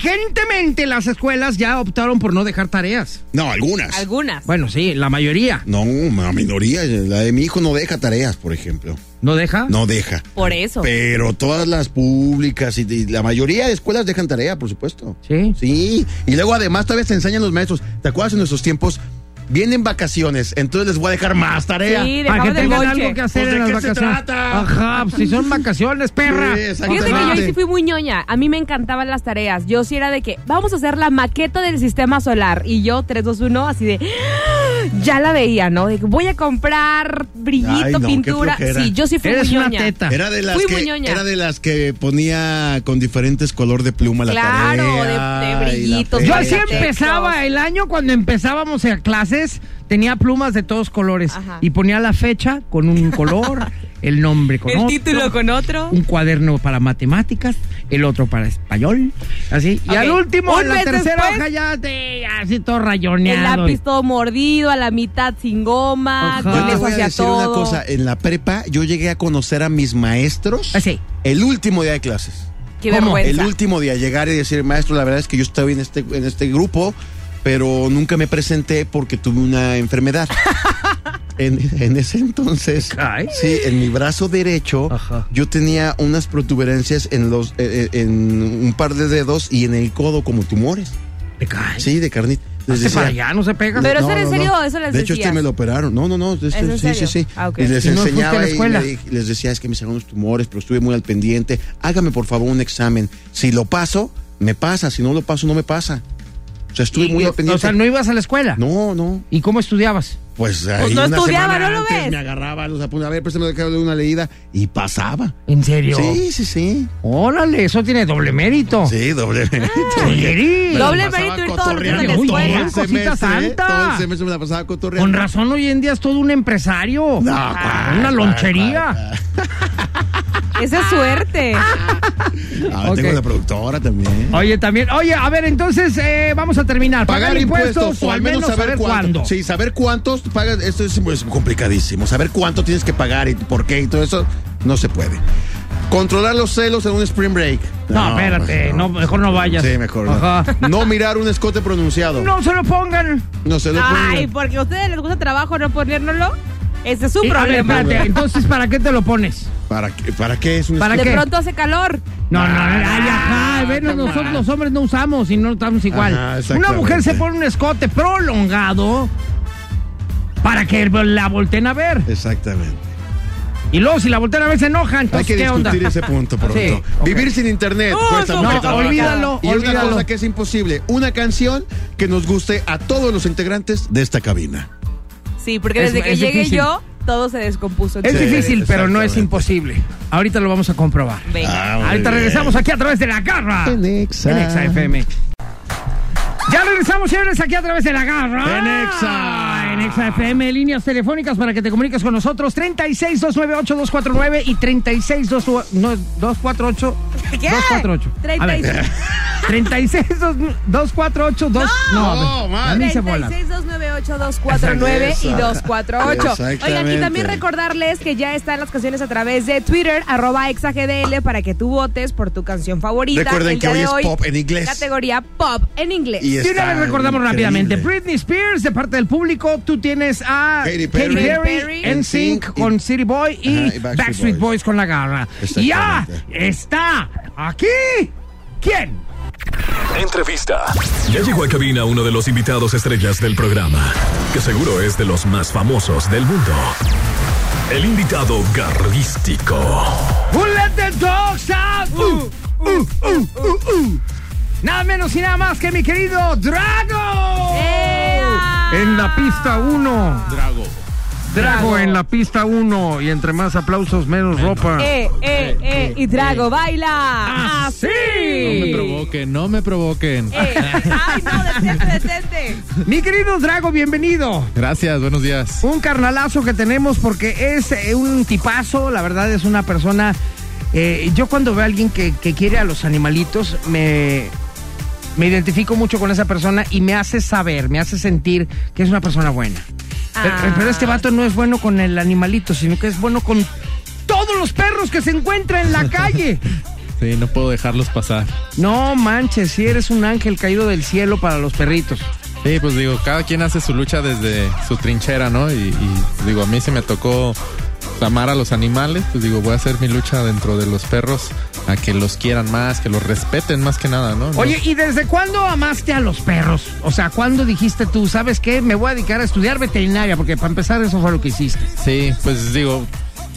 [SPEAKER 2] inteligentemente las escuelas ya optaron por no dejar tareas.
[SPEAKER 3] No, algunas.
[SPEAKER 4] Algunas.
[SPEAKER 2] Bueno, sí, la mayoría.
[SPEAKER 3] No, la minoría. La de mi hijo no deja tareas, por ejemplo.
[SPEAKER 2] ¿No deja?
[SPEAKER 3] No deja.
[SPEAKER 4] por eso.
[SPEAKER 3] Pero todas las públicas y, y la mayoría de escuelas dejan tarea, por supuesto.
[SPEAKER 2] Sí.
[SPEAKER 3] Sí. Y luego además todavía te enseñan los maestros. ¿Te acuerdas en nuestros tiempos? Vienen vacaciones, entonces les voy a dejar más tarea.
[SPEAKER 4] Sí,
[SPEAKER 2] Para que
[SPEAKER 4] dejamos el
[SPEAKER 2] tengan
[SPEAKER 4] lonche.
[SPEAKER 2] algo que hacer
[SPEAKER 3] Pues, ¿de
[SPEAKER 2] en las
[SPEAKER 3] qué se
[SPEAKER 2] vacaciones.
[SPEAKER 3] trata?
[SPEAKER 2] Ajá, pues, si son vacaciones, perra.
[SPEAKER 3] Sí, exactamente.
[SPEAKER 4] Fíjate que yo ahí
[SPEAKER 3] Totalmente.
[SPEAKER 4] sí fui muy ñoña. A mí me encantaban las tareas. Yo sí era de que vamos a hacer la maqueta del sistema solar. Y yo, 3, 2, 1, así de. *gasps* ¡ah! Ya la veía, ¿no? De que voy a comprar brillito,
[SPEAKER 3] Ay, no, qué
[SPEAKER 4] pintura.
[SPEAKER 3] flojera.
[SPEAKER 4] Sí, yo sí fui
[SPEAKER 2] Eres
[SPEAKER 4] muy
[SPEAKER 2] una
[SPEAKER 4] ñoña.
[SPEAKER 2] teta.
[SPEAKER 3] Era de las
[SPEAKER 4] Fui
[SPEAKER 3] que
[SPEAKER 4] buñoña.
[SPEAKER 3] era de las que ponía con diferentes color de pluma la
[SPEAKER 4] Claro, de- de
[SPEAKER 3] tarea. y la
[SPEAKER 4] brillitos,
[SPEAKER 2] Yo
[SPEAKER 3] fecha.
[SPEAKER 2] así
[SPEAKER 4] Perfecto.
[SPEAKER 2] empezaba el año cuando empezábamos a clases. Tenía plumas de todos colores
[SPEAKER 4] Ajá.
[SPEAKER 2] y ponía la fecha con
[SPEAKER 4] *laughs*
[SPEAKER 2] un color, el nombre con
[SPEAKER 4] El
[SPEAKER 2] otro,
[SPEAKER 4] título con otro.
[SPEAKER 2] un cuaderno para matemáticas, el otro para español, así. Y
[SPEAKER 4] Ok.
[SPEAKER 2] al último,
[SPEAKER 4] Un
[SPEAKER 2] en la
[SPEAKER 4] mes
[SPEAKER 2] tercera
[SPEAKER 4] después-
[SPEAKER 2] hoja ya te- así todo
[SPEAKER 4] El
[SPEAKER 2] rayoneado.
[SPEAKER 4] lápiz todo mordido, a la mitad sin goma,
[SPEAKER 2] Ajá.
[SPEAKER 3] Yo
[SPEAKER 4] con
[SPEAKER 3] te
[SPEAKER 4] eso
[SPEAKER 3] voy a
[SPEAKER 4] hacía
[SPEAKER 3] decir una
[SPEAKER 4] todo.
[SPEAKER 3] cosa, en la prepa yo llegué a conocer a mis maestros
[SPEAKER 2] Ah, sí.
[SPEAKER 3] el último día de clases.
[SPEAKER 4] Qué
[SPEAKER 2] ¿Cómo?
[SPEAKER 4] vergüenza.
[SPEAKER 3] El último día llegar y decir, maestro, la verdad es que yo estaba en este, en este grupo, pero nunca me presenté porque tuve
[SPEAKER 2] *laughs*
[SPEAKER 3] una enfermedad. En, en ese entonces,
[SPEAKER 2] cae?
[SPEAKER 3] sí, en mi brazo derecho,
[SPEAKER 2] Ajá.
[SPEAKER 3] yo tenía unas protuberancias en los, eh, eh, en un par de dedos y en el codo como tumores.
[SPEAKER 2] ¿Te cae?
[SPEAKER 3] Sí, de carnita. Les
[SPEAKER 2] Hazte
[SPEAKER 3] decía,
[SPEAKER 2] para allá, no se pega.
[SPEAKER 4] Pero- eso era en serio, eso les
[SPEAKER 3] De hecho,
[SPEAKER 4] decías.
[SPEAKER 3] este me lo operaron. No, no, no. este-
[SPEAKER 4] en
[SPEAKER 3] sí, sí,
[SPEAKER 4] serio?
[SPEAKER 3] sí.
[SPEAKER 4] Ah, ok.
[SPEAKER 3] Y les
[SPEAKER 2] ¿Y no fuiste a la
[SPEAKER 3] enseñaba y,
[SPEAKER 2] escuela?
[SPEAKER 3] le di- les decía, es que me sacaron unos tumores, pero estuve muy al pendiente. Hágame, por favor, un examen. Si lo paso, me pasa. Si no lo paso, no me pasa. O sea, estuve
[SPEAKER 2] Y-
[SPEAKER 3] muy
[SPEAKER 2] y-
[SPEAKER 3] al pendiente.
[SPEAKER 2] O sea, no ibas a la escuela.
[SPEAKER 3] no, no.
[SPEAKER 2] ¿Y cómo estudiabas?
[SPEAKER 3] Pues ahí
[SPEAKER 4] no
[SPEAKER 3] una
[SPEAKER 4] estudiaba,
[SPEAKER 3] semana
[SPEAKER 4] ¿no lo
[SPEAKER 3] antes
[SPEAKER 4] ves?
[SPEAKER 3] Me agarraba los apuntes. A ver, préstame que darle una leída. Y pasaba.
[SPEAKER 2] ¿En serio?
[SPEAKER 3] Sí, sí, sí.
[SPEAKER 2] Órale, eso tiene doble mérito.
[SPEAKER 3] Sí, doble
[SPEAKER 2] Sí.
[SPEAKER 3] Me la
[SPEAKER 4] Oh. Ah. Doble
[SPEAKER 3] pasaba
[SPEAKER 4] mérito ir todos los días a la
[SPEAKER 3] cotorreando
[SPEAKER 4] escuela.
[SPEAKER 3] todo el
[SPEAKER 2] Cosita
[SPEAKER 3] semestre,
[SPEAKER 2] santa.
[SPEAKER 3] Todo el semestre me la pasaba cotorreando.
[SPEAKER 2] Con razón hoy en día es todo un empresario.
[SPEAKER 3] No, cuál,
[SPEAKER 2] Ah, una
[SPEAKER 3] cuál,
[SPEAKER 2] lonchería.
[SPEAKER 4] Esa es suerte.
[SPEAKER 3] cuál. Ah,
[SPEAKER 2] Ok.
[SPEAKER 3] Tengo la productora también.
[SPEAKER 2] Oye, también. Oye, a ver, entonces eh, vamos a terminar. Pagar, impuestos, o al menos saber, cuándo.
[SPEAKER 3] Sí, saber cuántos pagas, esto es pues, complicadísimo. Saber cuánto tienes que pagar y por qué y todo eso no se puede. Controlar los celos en un spring break. pues
[SPEAKER 2] No, espérate, no, mejor no vayas.
[SPEAKER 3] Sí, mejor no.
[SPEAKER 2] Ajá.
[SPEAKER 3] No mirar un escote pronunciado.
[SPEAKER 2] *laughs* No se lo pongan.
[SPEAKER 3] No se lo
[SPEAKER 4] Ay,
[SPEAKER 3] pongan.
[SPEAKER 4] porque a ustedes les gusta trabajo no ponérnoslo. Ese es su
[SPEAKER 2] Y, Eh, a ver,
[SPEAKER 4] problema.
[SPEAKER 2] espérate, entonces, ¿para qué te lo pones?
[SPEAKER 3] ¿Para qué, ¿Para qué es un
[SPEAKER 2] Para-
[SPEAKER 3] escote?
[SPEAKER 4] de
[SPEAKER 2] qué?
[SPEAKER 4] pronto hace calor.
[SPEAKER 2] No, no,
[SPEAKER 3] Ah,
[SPEAKER 2] no, ay, ajá, ven, nosotros los hombres no usamos y no estamos igual.
[SPEAKER 3] Ajá,
[SPEAKER 2] Una
[SPEAKER 3] exactamente.
[SPEAKER 2] mujer se pone un escote prolongado para que la volteen a ver.
[SPEAKER 3] Exactamente.
[SPEAKER 2] Y luego si la voltean a ver se enojan.
[SPEAKER 3] Hay
[SPEAKER 2] Entonces,
[SPEAKER 3] que
[SPEAKER 2] ¿qué onda?
[SPEAKER 3] discutir ese punto pronto.
[SPEAKER 2] Sí, ok.
[SPEAKER 3] Vivir sin internet
[SPEAKER 4] Uh,
[SPEAKER 3] cuesta
[SPEAKER 4] eso
[SPEAKER 3] mucho
[SPEAKER 2] no,
[SPEAKER 3] trabajo.
[SPEAKER 2] olvídalo,
[SPEAKER 3] Y
[SPEAKER 2] olvídalo.
[SPEAKER 3] una cosa que es imposible, una canción que nos guste a todos los integrantes de esta cabina.
[SPEAKER 4] Sí, porque
[SPEAKER 2] Es-
[SPEAKER 4] desde que
[SPEAKER 2] es
[SPEAKER 4] llegué
[SPEAKER 2] difícil.
[SPEAKER 4] yo, todo se descompuso.
[SPEAKER 2] Es
[SPEAKER 3] Sí,
[SPEAKER 2] difícil, pero no es
[SPEAKER 3] exactamente.
[SPEAKER 2] imposible. Ahorita lo vamos a comprobar.
[SPEAKER 4] Venga.
[SPEAKER 3] Ah, muy
[SPEAKER 2] Ahorita
[SPEAKER 3] bien.
[SPEAKER 2] regresamos aquí a través de la garra.
[SPEAKER 3] En Exa.
[SPEAKER 2] En Exa FM. Ya regresamos, señores, aquí a través de la garra.
[SPEAKER 3] En Exa.
[SPEAKER 2] En Exa FM, líneas telefónicas para que te comuniques con nosotros. 36298249 y 362248.
[SPEAKER 4] ¿Qué?
[SPEAKER 2] 248. A ver. *laughs* 36248249. No, a ver,
[SPEAKER 3] No, madre.
[SPEAKER 2] a mí se bola.
[SPEAKER 4] 36298249 y 248. Oigan, y también
[SPEAKER 3] Exactamente.
[SPEAKER 4] recordarles que ya están las canciones a través de Twitter, arroba exagdl, para que tú votes por tu canción favorita.
[SPEAKER 3] Recuerden
[SPEAKER 4] El
[SPEAKER 3] que
[SPEAKER 4] día
[SPEAKER 3] hoy
[SPEAKER 4] de
[SPEAKER 3] es pop en inglés.
[SPEAKER 4] Categoría pop en inglés.
[SPEAKER 3] Y
[SPEAKER 2] Y una
[SPEAKER 3] está
[SPEAKER 2] vez recordamos
[SPEAKER 3] increíble.
[SPEAKER 2] rápidamente, Britney Spears de parte del público, tú tienes a Katy
[SPEAKER 3] Katy Perry,
[SPEAKER 2] Perry,
[SPEAKER 4] Perry,
[SPEAKER 2] NSYNC
[SPEAKER 3] NSYNC y-
[SPEAKER 2] con City Boy y
[SPEAKER 3] Ajá, y
[SPEAKER 2] Backstreet,
[SPEAKER 3] Backstreet
[SPEAKER 2] Boys.
[SPEAKER 3] Boys.
[SPEAKER 2] con la garra. Y ya
[SPEAKER 3] Exactamente.
[SPEAKER 2] está aquí. ¿Quién?
[SPEAKER 1] Entrevista. Ya llegó a cabina uno de los invitados estrellas del programa, que seguro es de los más famosos del mundo. El invitado garrístico.
[SPEAKER 2] Who let the dogs out? Uh, uh, uh, uh, uh. Nada menos y nada más que mi querido Drago.
[SPEAKER 4] ¡Eh! ¡Ea!
[SPEAKER 2] En la pista 1. Drago. Drago en la pista 1. Y entre más aplausos, menos ropa.
[SPEAKER 4] Eh, eh, eh, y Drago baila.
[SPEAKER 2] *laughs*
[SPEAKER 4] ¡Ah,
[SPEAKER 2] Así.
[SPEAKER 5] No me provoquen, no me provoquen.
[SPEAKER 4] Eh, ay, no, detente,
[SPEAKER 2] *laughs*
[SPEAKER 4] detente.
[SPEAKER 2] Mi querido Drago, bienvenido.
[SPEAKER 5] Gracias, buenos días.
[SPEAKER 2] Un carnalazo que tenemos porque es eh, un tipazo, la verdad es una persona... eh, yo cuando veo a alguien que, que quiere a los animalitos, me, me identifico mucho con esa persona y me hace saber, me hace sentir que es una persona buena. Pero,
[SPEAKER 4] Ah.
[SPEAKER 2] pero este vato no es bueno con el animalito, sino que es bueno con todos los perros que se encuentran en la calle.
[SPEAKER 5] Sí, no puedo dejarlos pasar.
[SPEAKER 2] No manches, si eres un ángel caído del cielo para los perritos.
[SPEAKER 5] Sí, pues digo, cada quien hace su lucha desde su trinchera, ¿no? Y, y, digo, a mí se me tocó amar a los animales, pues digo, voy a hacer mi lucha dentro de los perros a que los quieran más, que los respeten más que nada, ¿no? No-
[SPEAKER 2] Oye, ¿y desde cuándo amaste a los perros? O sea, ¿cuándo dijiste tú, sabes qué? Me voy a dedicar a estudiar veterinaria, porque para empezar eso fue lo que hiciste.
[SPEAKER 5] Sí, pues digo,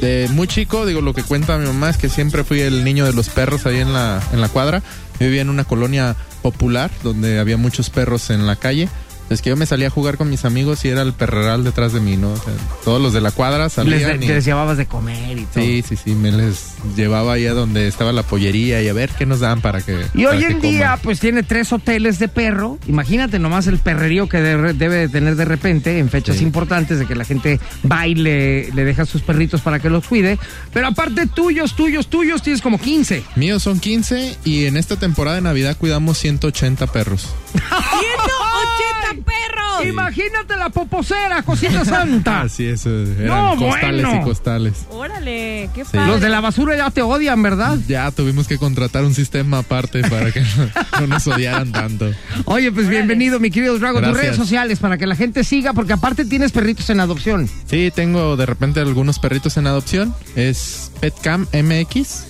[SPEAKER 5] de muy chico, digo, lo que cuenta mi mamá es que siempre fui el niño de los perros ahí en la, en la cuadra. Yo vivía en una colonia popular donde había muchos perros en la calle. Es que yo me salía a jugar con mis amigos y era el perreral detrás de mí, ¿no? O sea, todos los de la cuadra
[SPEAKER 2] Les,
[SPEAKER 5] salían y...
[SPEAKER 2] te les llevabas de comer y todo.
[SPEAKER 5] Sí, sí, sí, me les llevaba ahí a donde estaba la pollería y a ver qué nos dan para que...
[SPEAKER 2] Y
[SPEAKER 5] para
[SPEAKER 2] hoy
[SPEAKER 5] que
[SPEAKER 2] en día,
[SPEAKER 5] coman.
[SPEAKER 2] pues tiene tres hoteles de perro. Imagínate nomás el perrerío que de- debe de tener de repente en fechas
[SPEAKER 5] Sí.
[SPEAKER 2] importantes de que la gente va y le, le deja sus perritos para que los cuide. Pero aparte tuyos, tuyos, tuyos, tienes como 15.
[SPEAKER 5] Míos son 15 y en esta temporada de Navidad cuidamos 180 perros.
[SPEAKER 4] 180 perros.
[SPEAKER 2] Imagínate la poposera,
[SPEAKER 5] *laughs*
[SPEAKER 2] cosita santa.
[SPEAKER 5] Así es, eh, eran
[SPEAKER 2] Ah. No,
[SPEAKER 5] costales
[SPEAKER 2] bueno.
[SPEAKER 5] y costales.
[SPEAKER 4] Órale, qué padre.
[SPEAKER 2] Los de la basura ya te odian, ¿verdad?
[SPEAKER 5] Ya tuvimos que contratar un sistema aparte para que no, no nos odiaran tanto.
[SPEAKER 2] Oye, pues bienvenido, mi querido Drago. Tus
[SPEAKER 5] Gracias.
[SPEAKER 2] redes sociales para que la gente siga, porque aparte tienes perritos en adopción.
[SPEAKER 5] Sí, tengo de repente algunos perritos en adopción. Es Petcam MX.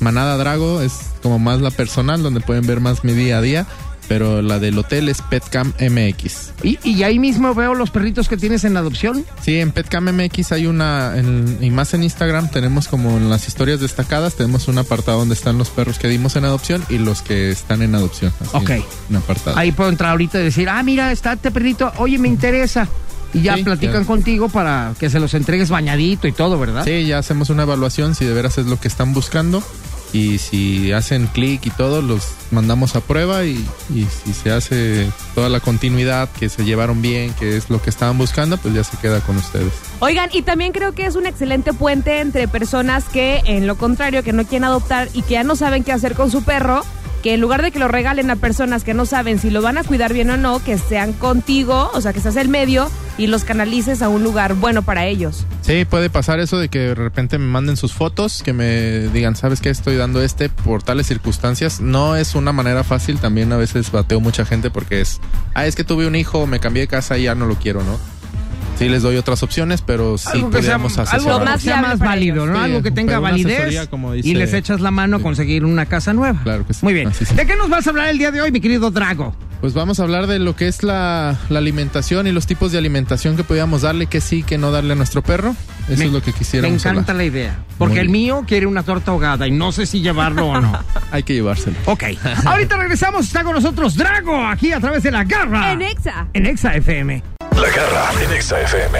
[SPEAKER 5] Manada Drago es como más la personal, donde pueden ver más mi día a día. pero la del hotel es Petcam MX.
[SPEAKER 2] Y, y ahí mismo veo los perritos que tienes en adopción.
[SPEAKER 5] Sí, en Petcam MX hay una, en- y más en Instagram, tenemos como en las historias destacadas, tenemos un apartado donde están los perros que dimos en adopción y los que están en adopción. así,
[SPEAKER 2] Ok.
[SPEAKER 5] Un apartado.
[SPEAKER 2] Ahí puedo entrar ahorita y decir, ah, mira, está este perrito, oye, me interesa. Y ya
[SPEAKER 5] Sí,
[SPEAKER 2] platican
[SPEAKER 5] ya.
[SPEAKER 2] contigo para que se los entregues bañadito y todo, ¿verdad?
[SPEAKER 5] Sí, ya hacemos una evaluación si de veras es lo que están buscando. Y si hacen clic y todo, los mandamos a prueba y, y si se hace toda la continuidad, que se llevaron bien, que es lo que estaban buscando, pues ya se queda con ustedes.
[SPEAKER 4] Oigan, y también creo que es un excelente puente entre personas que, en lo contrario, que no quieren adoptar y que ya no saben qué hacer con su perro, que en lugar de que lo regalen a personas que no saben si lo van a cuidar bien o no, que sean contigo, o sea, que seas el medio y los canalices a un lugar bueno para ellos.
[SPEAKER 5] Sí, puede pasar eso de que de repente me manden sus fotos, que me digan, ¿sabes qué? Estoy dando este por tales circunstancias. No es una manera fácil, también a veces bateo mucha gente porque es, ah, es que tuve un hijo, me cambié de casa y ya no lo quiero, ¿no? Sí, les doy otras opciones, pero sí
[SPEAKER 2] algo que sea,
[SPEAKER 5] podríamos
[SPEAKER 2] algo que
[SPEAKER 5] asesorarlos.
[SPEAKER 4] Más
[SPEAKER 2] sea
[SPEAKER 4] viable
[SPEAKER 2] más
[SPEAKER 4] para
[SPEAKER 2] válido, ¿no?
[SPEAKER 5] ellos. Sí,
[SPEAKER 2] algo que tenga
[SPEAKER 5] pero una
[SPEAKER 2] validez
[SPEAKER 5] asesoría, como
[SPEAKER 2] y
[SPEAKER 5] dice-
[SPEAKER 2] les echas la mano a conseguir una casa nueva.
[SPEAKER 5] Claro que sí.
[SPEAKER 2] Muy bien.
[SPEAKER 5] Así sí.
[SPEAKER 2] ¿De qué nos vas a hablar el día de hoy, mi querido Drago?
[SPEAKER 5] Pues vamos a hablar de lo que es la, la alimentación y los tipos de alimentación que podíamos darle, que sí, que no darle a nuestro perro. Eso
[SPEAKER 2] Me-
[SPEAKER 5] es lo que
[SPEAKER 2] Me
[SPEAKER 5] quisiéramos
[SPEAKER 2] encanta
[SPEAKER 5] hablar.
[SPEAKER 2] la idea. Porque
[SPEAKER 5] Muy
[SPEAKER 2] el
[SPEAKER 5] bien.
[SPEAKER 2] mío quiere una torta ahogada y no sé si llevarlo o no.
[SPEAKER 5] Hay que llevárselo.
[SPEAKER 2] *laughs* Ok. *laughs* Ahorita regresamos. Está con nosotros Drago aquí a través de la garra.
[SPEAKER 4] En Exa.
[SPEAKER 2] En Exa FM.
[SPEAKER 1] La garra en Exa FM.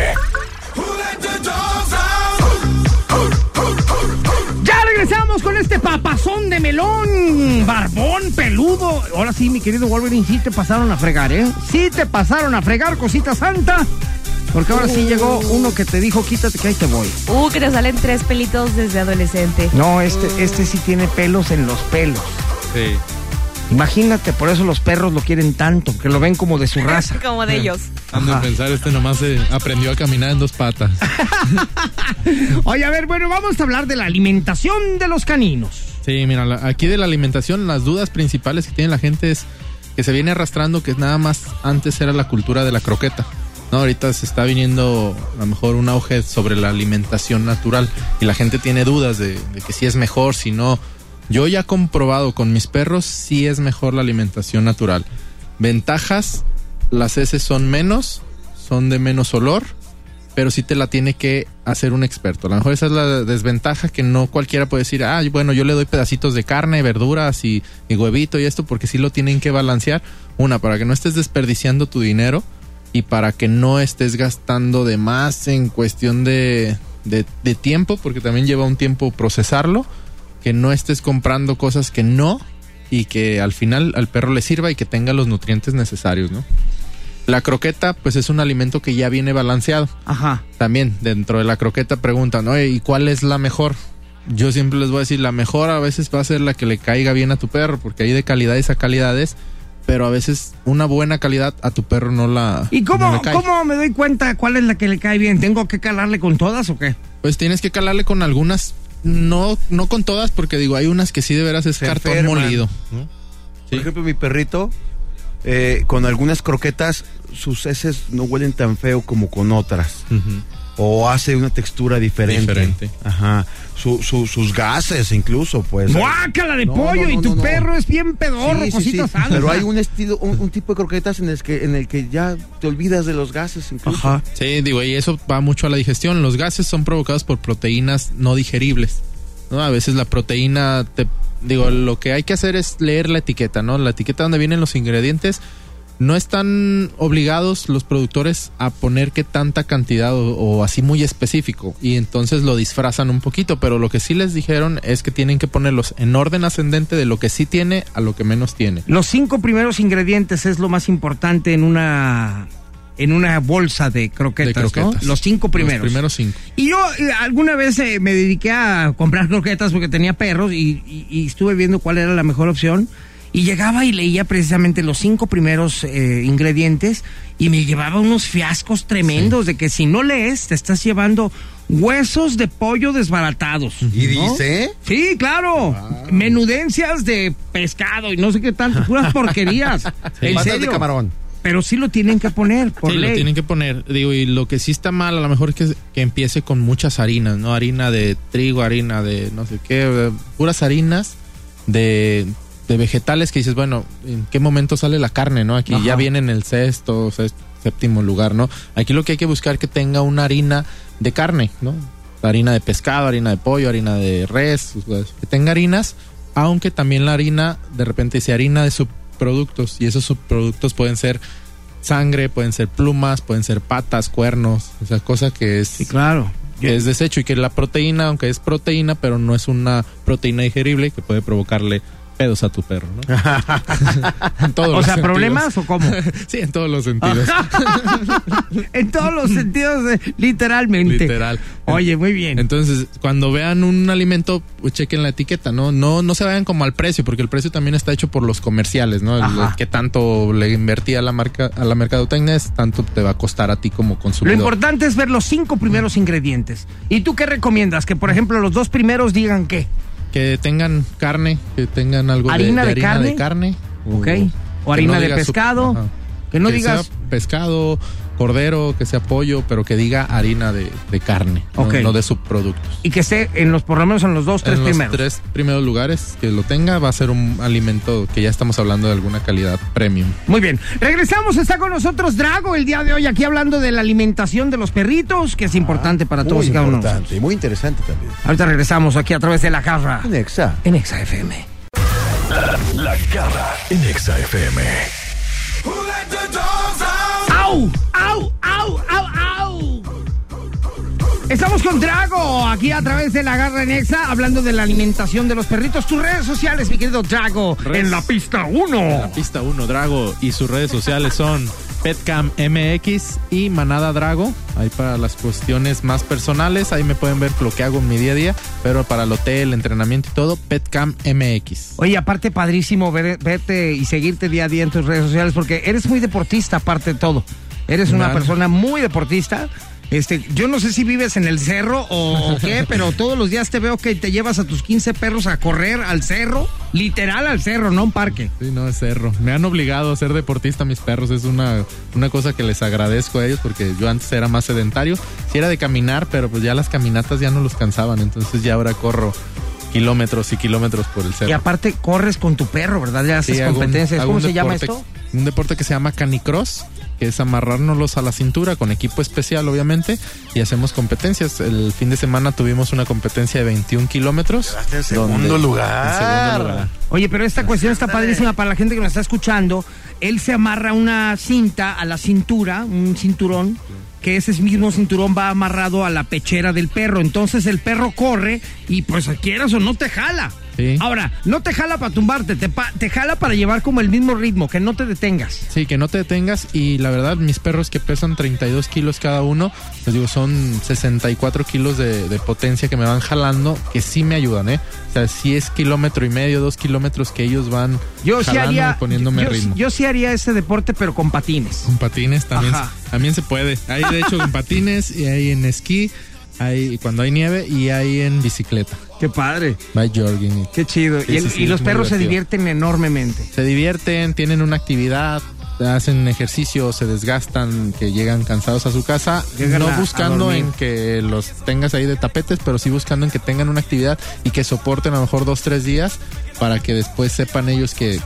[SPEAKER 2] Ya regresamos con este papazón de melón, barbón, peludo. Ahora sí, mi querido Wolverine, sí te pasaron a fregar, ¿eh? Sí te pasaron a fregar, cosita santa. Porque ahora sí llegó uno que te dijo, quítate que ahí te voy.
[SPEAKER 4] Uh, que te salen tres pelitos desde adolescente.
[SPEAKER 2] No, este, este sí tiene pelos en los pelos.
[SPEAKER 5] Sí.
[SPEAKER 2] Imagínate, por eso los perros lo quieren tanto, que lo ven como de su raza.
[SPEAKER 4] *laughs* Como de ellos.
[SPEAKER 5] Ando a pensar, este nomás se aprendió a caminar en dos patas.
[SPEAKER 2] *laughs* Oye, a ver, bueno, vamos a hablar de la alimentación de los caninos.
[SPEAKER 5] Sí, mira, la- aquí de la alimentación, las dudas principales que tiene la gente es que se viene arrastrando, que nada más antes era la cultura de la croqueta. No, ahorita se está viniendo a lo mejor un auge sobre la alimentación natural y la gente tiene dudas de, de que si es mejor, si no. Yo ya he comprobado con mis perros si es mejor la alimentación natural. Ventajas, las heces son menos, son de menos olor, pero sí te la tiene que hacer un experto. A lo mejor esa es la desventaja que no cualquiera puede decir, ah, bueno, yo le doy pedacitos de carne, verduras y, y huevito y esto, porque sí lo tienen que balancear. Una, para que no estés desperdiciando tu dinero y para que no estés gastando de más en cuestión de, de- de tiempo, porque también lleva un tiempo procesarlo, que no estés comprando cosas que no y que al final al perro le sirva y que tenga los nutrientes necesarios, ¿no? La croqueta, pues es un alimento que ya viene balanceado
[SPEAKER 2] Ajá.
[SPEAKER 5] también dentro de la croqueta preguntan, oye, ¿y cuál es la mejor? Yo siempre les voy a decir, la mejor a veces va a ser la que le caiga bien a tu perro, porque hay de calidades a calidades, pero a veces una buena calidad a tu perro no la...
[SPEAKER 2] ¿Y cómo,
[SPEAKER 5] no le cae.
[SPEAKER 2] cómo me doy cuenta cuál es la que le cae bien? ¿Tengo que calarle con todas o qué?
[SPEAKER 5] Pues tienes que calarle con algunas, no, no con todas, porque digo, hay unas que sí de veras es
[SPEAKER 3] Se
[SPEAKER 5] cartón
[SPEAKER 3] enferman.
[SPEAKER 5] molido. ¿no?
[SPEAKER 3] Por ejemplo, mi perrito, eh, con algunas croquetas, sus heces no huelen tan feo como con otras. O hace una textura diferente.
[SPEAKER 5] Diferente.
[SPEAKER 3] Ajá. Su- su- sus gases, incluso, pues.
[SPEAKER 2] ¡Guácala de
[SPEAKER 3] No,
[SPEAKER 2] pollo!
[SPEAKER 3] no, no,
[SPEAKER 2] y tu
[SPEAKER 3] no, no.
[SPEAKER 2] perro es bien pedorro,
[SPEAKER 3] Sí, sí,
[SPEAKER 2] cosita
[SPEAKER 3] sí,
[SPEAKER 2] santa.
[SPEAKER 3] Pero hay un estilo, un, un tipo de croquetas en el que, en el que ya te olvidas de los gases, incluso.
[SPEAKER 5] Ajá. Sí, digo, y eso va mucho a la digestión. Los gases son provocados por proteínas no digeribles. ¿no? A veces la proteína, te, digo, lo que hay que hacer es leer la etiqueta, ¿no? La etiqueta donde vienen los ingredientes. No están obligados los productores a poner que tanta cantidad o, o así muy específico y entonces lo disfrazan un poquito, pero lo que sí les dijeron es que tienen que ponerlos en orden ascendente de lo que sí tiene a lo que menos tiene.
[SPEAKER 2] Los cinco primeros ingredientes es lo más importante en una en una bolsa de croquetas,
[SPEAKER 5] de croquetas.
[SPEAKER 2] ¿no? Los cinco primeros.
[SPEAKER 5] Los primeros cinco.
[SPEAKER 2] Y yo eh, alguna vez eh, me dediqué a comprar croquetas porque tenía perros y, y- y estuve viendo cuál era la mejor opción. Y llegaba y leía precisamente los cinco primeros eh, ingredientes y me llevaba unos fiascos tremendos de que si no lees te estás llevando huesos de pollo desbaratados.
[SPEAKER 3] ¿Y
[SPEAKER 2] ¿no?
[SPEAKER 3] dice?
[SPEAKER 2] Sí, claro. Menudencias de pescado y no sé qué tanto, puras
[SPEAKER 5] *laughs*
[SPEAKER 2] porquerías. En
[SPEAKER 3] Patas de
[SPEAKER 2] serio.
[SPEAKER 3] camarón.
[SPEAKER 2] Pero sí lo tienen que poner por
[SPEAKER 5] sí,
[SPEAKER 2] ley.
[SPEAKER 5] lo tienen que poner. Digo, y lo que sí está mal, a lo mejor es que, que empiece con muchas harinas, ¿no? Harina de trigo, harina de no sé qué, eh, puras harinas de de vegetales que dices, bueno, ¿en qué momento sale la carne, no? Aquí
[SPEAKER 2] Ajá.
[SPEAKER 5] ya viene en el sexto, sexto, séptimo lugar, ¿no? Aquí lo que hay que buscar que tenga una harina de carne, ¿no? Harina de pescado, harina de pollo, harina de res, o sea, que tenga harinas, aunque también la harina, de repente dice harina de subproductos, y esos subproductos pueden ser sangre, pueden ser plumas, pueden ser patas, cuernos, o sea, cosa que es
[SPEAKER 2] Sí, claro.
[SPEAKER 5] que es desecho y que la proteína, aunque es proteína, pero no es una proteína digerible que puede provocarle pedos a tu perro, ¿no? En todos
[SPEAKER 2] O
[SPEAKER 5] los *laughs*
[SPEAKER 2] sea,
[SPEAKER 5] sentidos.
[SPEAKER 2] ¿problemas Ah, o cómo?
[SPEAKER 5] Sí, en todos los sentidos.
[SPEAKER 2] en todos los sentidos, eh, literalmente.
[SPEAKER 5] Literal.
[SPEAKER 2] Oye, muy bien.
[SPEAKER 5] Entonces, cuando vean un alimento, pues, chequen la etiqueta, ¿no? No no se vayan como al precio, porque el precio también está hecho por los comerciales, ¿no? El-
[SPEAKER 2] Ajá.
[SPEAKER 5] que tanto le invertí a la marca a la mercadotecnia es tanto te va a costar a ti como
[SPEAKER 2] Lo
[SPEAKER 5] consumidor.
[SPEAKER 2] importante es ver los cinco primeros ingredientes. ¿Y tú qué recomiendas? Que, por ejemplo, los dos primeros digan qué.
[SPEAKER 5] que tengan carne, que tengan algo de-
[SPEAKER 2] ¿Harina
[SPEAKER 5] de,
[SPEAKER 2] de
[SPEAKER 5] harina
[SPEAKER 2] carne?
[SPEAKER 5] de carne.
[SPEAKER 2] ¿Ok? O
[SPEAKER 5] Uh, que
[SPEAKER 2] harina de
[SPEAKER 5] diga su-
[SPEAKER 2] pescado,
[SPEAKER 5] ajá.
[SPEAKER 2] que no digas-
[SPEAKER 5] sea pescado, cordero, que sea pollo, pero que diga harina de, de carne, no-
[SPEAKER 2] Ok.
[SPEAKER 5] no, de subproductos.
[SPEAKER 2] Y que esté en los, por lo menos en los dos, tres
[SPEAKER 5] en los
[SPEAKER 2] primeros.
[SPEAKER 5] tres primeros lugares que lo tenga va a ser un alimento que ya estamos hablando de alguna calidad premium.
[SPEAKER 2] Muy bien. Regresamos, está con nosotros Drago el día de hoy, aquí hablando de la alimentación de los perritos, que es importante para todos
[SPEAKER 3] Muy
[SPEAKER 2] y cada uno. de nosotros.
[SPEAKER 3] importante, y muy interesante también.
[SPEAKER 2] Ahorita regresamos aquí a través de la jarra
[SPEAKER 3] Nexa.
[SPEAKER 2] en Exa FM.
[SPEAKER 1] La garra en Exa FM.
[SPEAKER 2] ¡Au! ¡Au! ¡Au! ¡Au! ¡Au! Estamos con Drago aquí a través de la garra en Exa, hablando de la alimentación de los perritos. Tus redes sociales, mi querido Drago,
[SPEAKER 5] Res.
[SPEAKER 2] en la pista 1.
[SPEAKER 5] Pista 1 Drago y sus redes sociales son Petcam MX y Manada Drago. Ahí para las cuestiones más personales, ahí me pueden ver lo que hago en mi día a día, pero para el hotel, entrenamiento y todo, Petcam MX.
[SPEAKER 2] Oye, aparte padrísimo ver- verte y seguirte día a día en tus redes sociales porque eres muy deportista aparte de todo. Eres una
[SPEAKER 5] Claro.
[SPEAKER 2] persona muy deportista. Este, yo no sé si vives en el cerro
[SPEAKER 5] *laughs*
[SPEAKER 2] o, o qué, pero todos los días te veo que te llevas a tus 15 perros a correr al cerro, literal al cerro, no a un parque.
[SPEAKER 5] Sí, no, es cerro. Me han obligado a ser deportista mis perros. Es una, una cosa que les agradezco a ellos porque yo antes era más sedentario. Sí era de caminar, pero pues ya las caminatas ya no los cansaban. Entonces ya ahora corro kilómetros y kilómetros por el cerro.
[SPEAKER 2] Y aparte corres con tu perro, ¿verdad? Ya haces
[SPEAKER 5] Sí, hago un-
[SPEAKER 2] competencias.
[SPEAKER 5] hago
[SPEAKER 2] ¿Cómo
[SPEAKER 5] un
[SPEAKER 2] se llama
[SPEAKER 5] deporte-
[SPEAKER 2] esto?
[SPEAKER 5] Un deporte que se llama canicross, que es amarrárnoslos a la cintura con equipo especial, obviamente, y hacemos competencias. El fin de semana tuvimos una competencia de 21 kilómetros.
[SPEAKER 6] En segundo lugar.
[SPEAKER 5] En segundo lugar.
[SPEAKER 2] Oye, pero esta cuestión está padrísima para la gente que nos está escuchando. Él se amarra una cinta a la cintura, un cinturón, que ese mismo cinturón va amarrado a la pechera del perro. Entonces el perro corre y pues quieras o no te jala.
[SPEAKER 5] Sí.
[SPEAKER 2] Ahora, no te jala para tumbarte, te, pa- te jala para llevar como el mismo ritmo, que no te detengas.
[SPEAKER 5] Sí, que no te detengas. Y la verdad, mis perros que pesan 32 kilos cada uno, les digo, son 64 kilos de, de potencia que me van jalando, que sí me ayudan, ¿eh? O sea, si es kilómetro y medio, dos kilómetros que ellos van
[SPEAKER 2] Yo sí
[SPEAKER 5] jalando
[SPEAKER 2] haría.
[SPEAKER 5] y poniéndome
[SPEAKER 2] yo,
[SPEAKER 5] ritmo.
[SPEAKER 2] yo sí haría ese deporte, pero con patines.
[SPEAKER 5] Con patines también,
[SPEAKER 2] Ajá.
[SPEAKER 5] se- también se puede. Hay de hecho con patines y hay en esquí, hay cuando hay nieve y hay en bicicleta.
[SPEAKER 2] Qué padre.
[SPEAKER 5] By jogging.
[SPEAKER 2] Qué chido.
[SPEAKER 5] Sí,
[SPEAKER 2] y, el-
[SPEAKER 5] sí, sí,
[SPEAKER 2] y los
[SPEAKER 5] muy
[SPEAKER 2] perros se
[SPEAKER 5] divertido.
[SPEAKER 2] divierten enormemente.
[SPEAKER 5] Se divierten, tienen una actividad, hacen ejercicio, se desgastan, que llegan cansados a su casa,
[SPEAKER 2] Llegan
[SPEAKER 5] no
[SPEAKER 2] a- a
[SPEAKER 5] buscando
[SPEAKER 2] dormir.
[SPEAKER 5] en que los tengas ahí de tapetes, pero sí buscando en que tengan una actividad y que soporten a lo mejor dos, tres días para que después sepan ellos que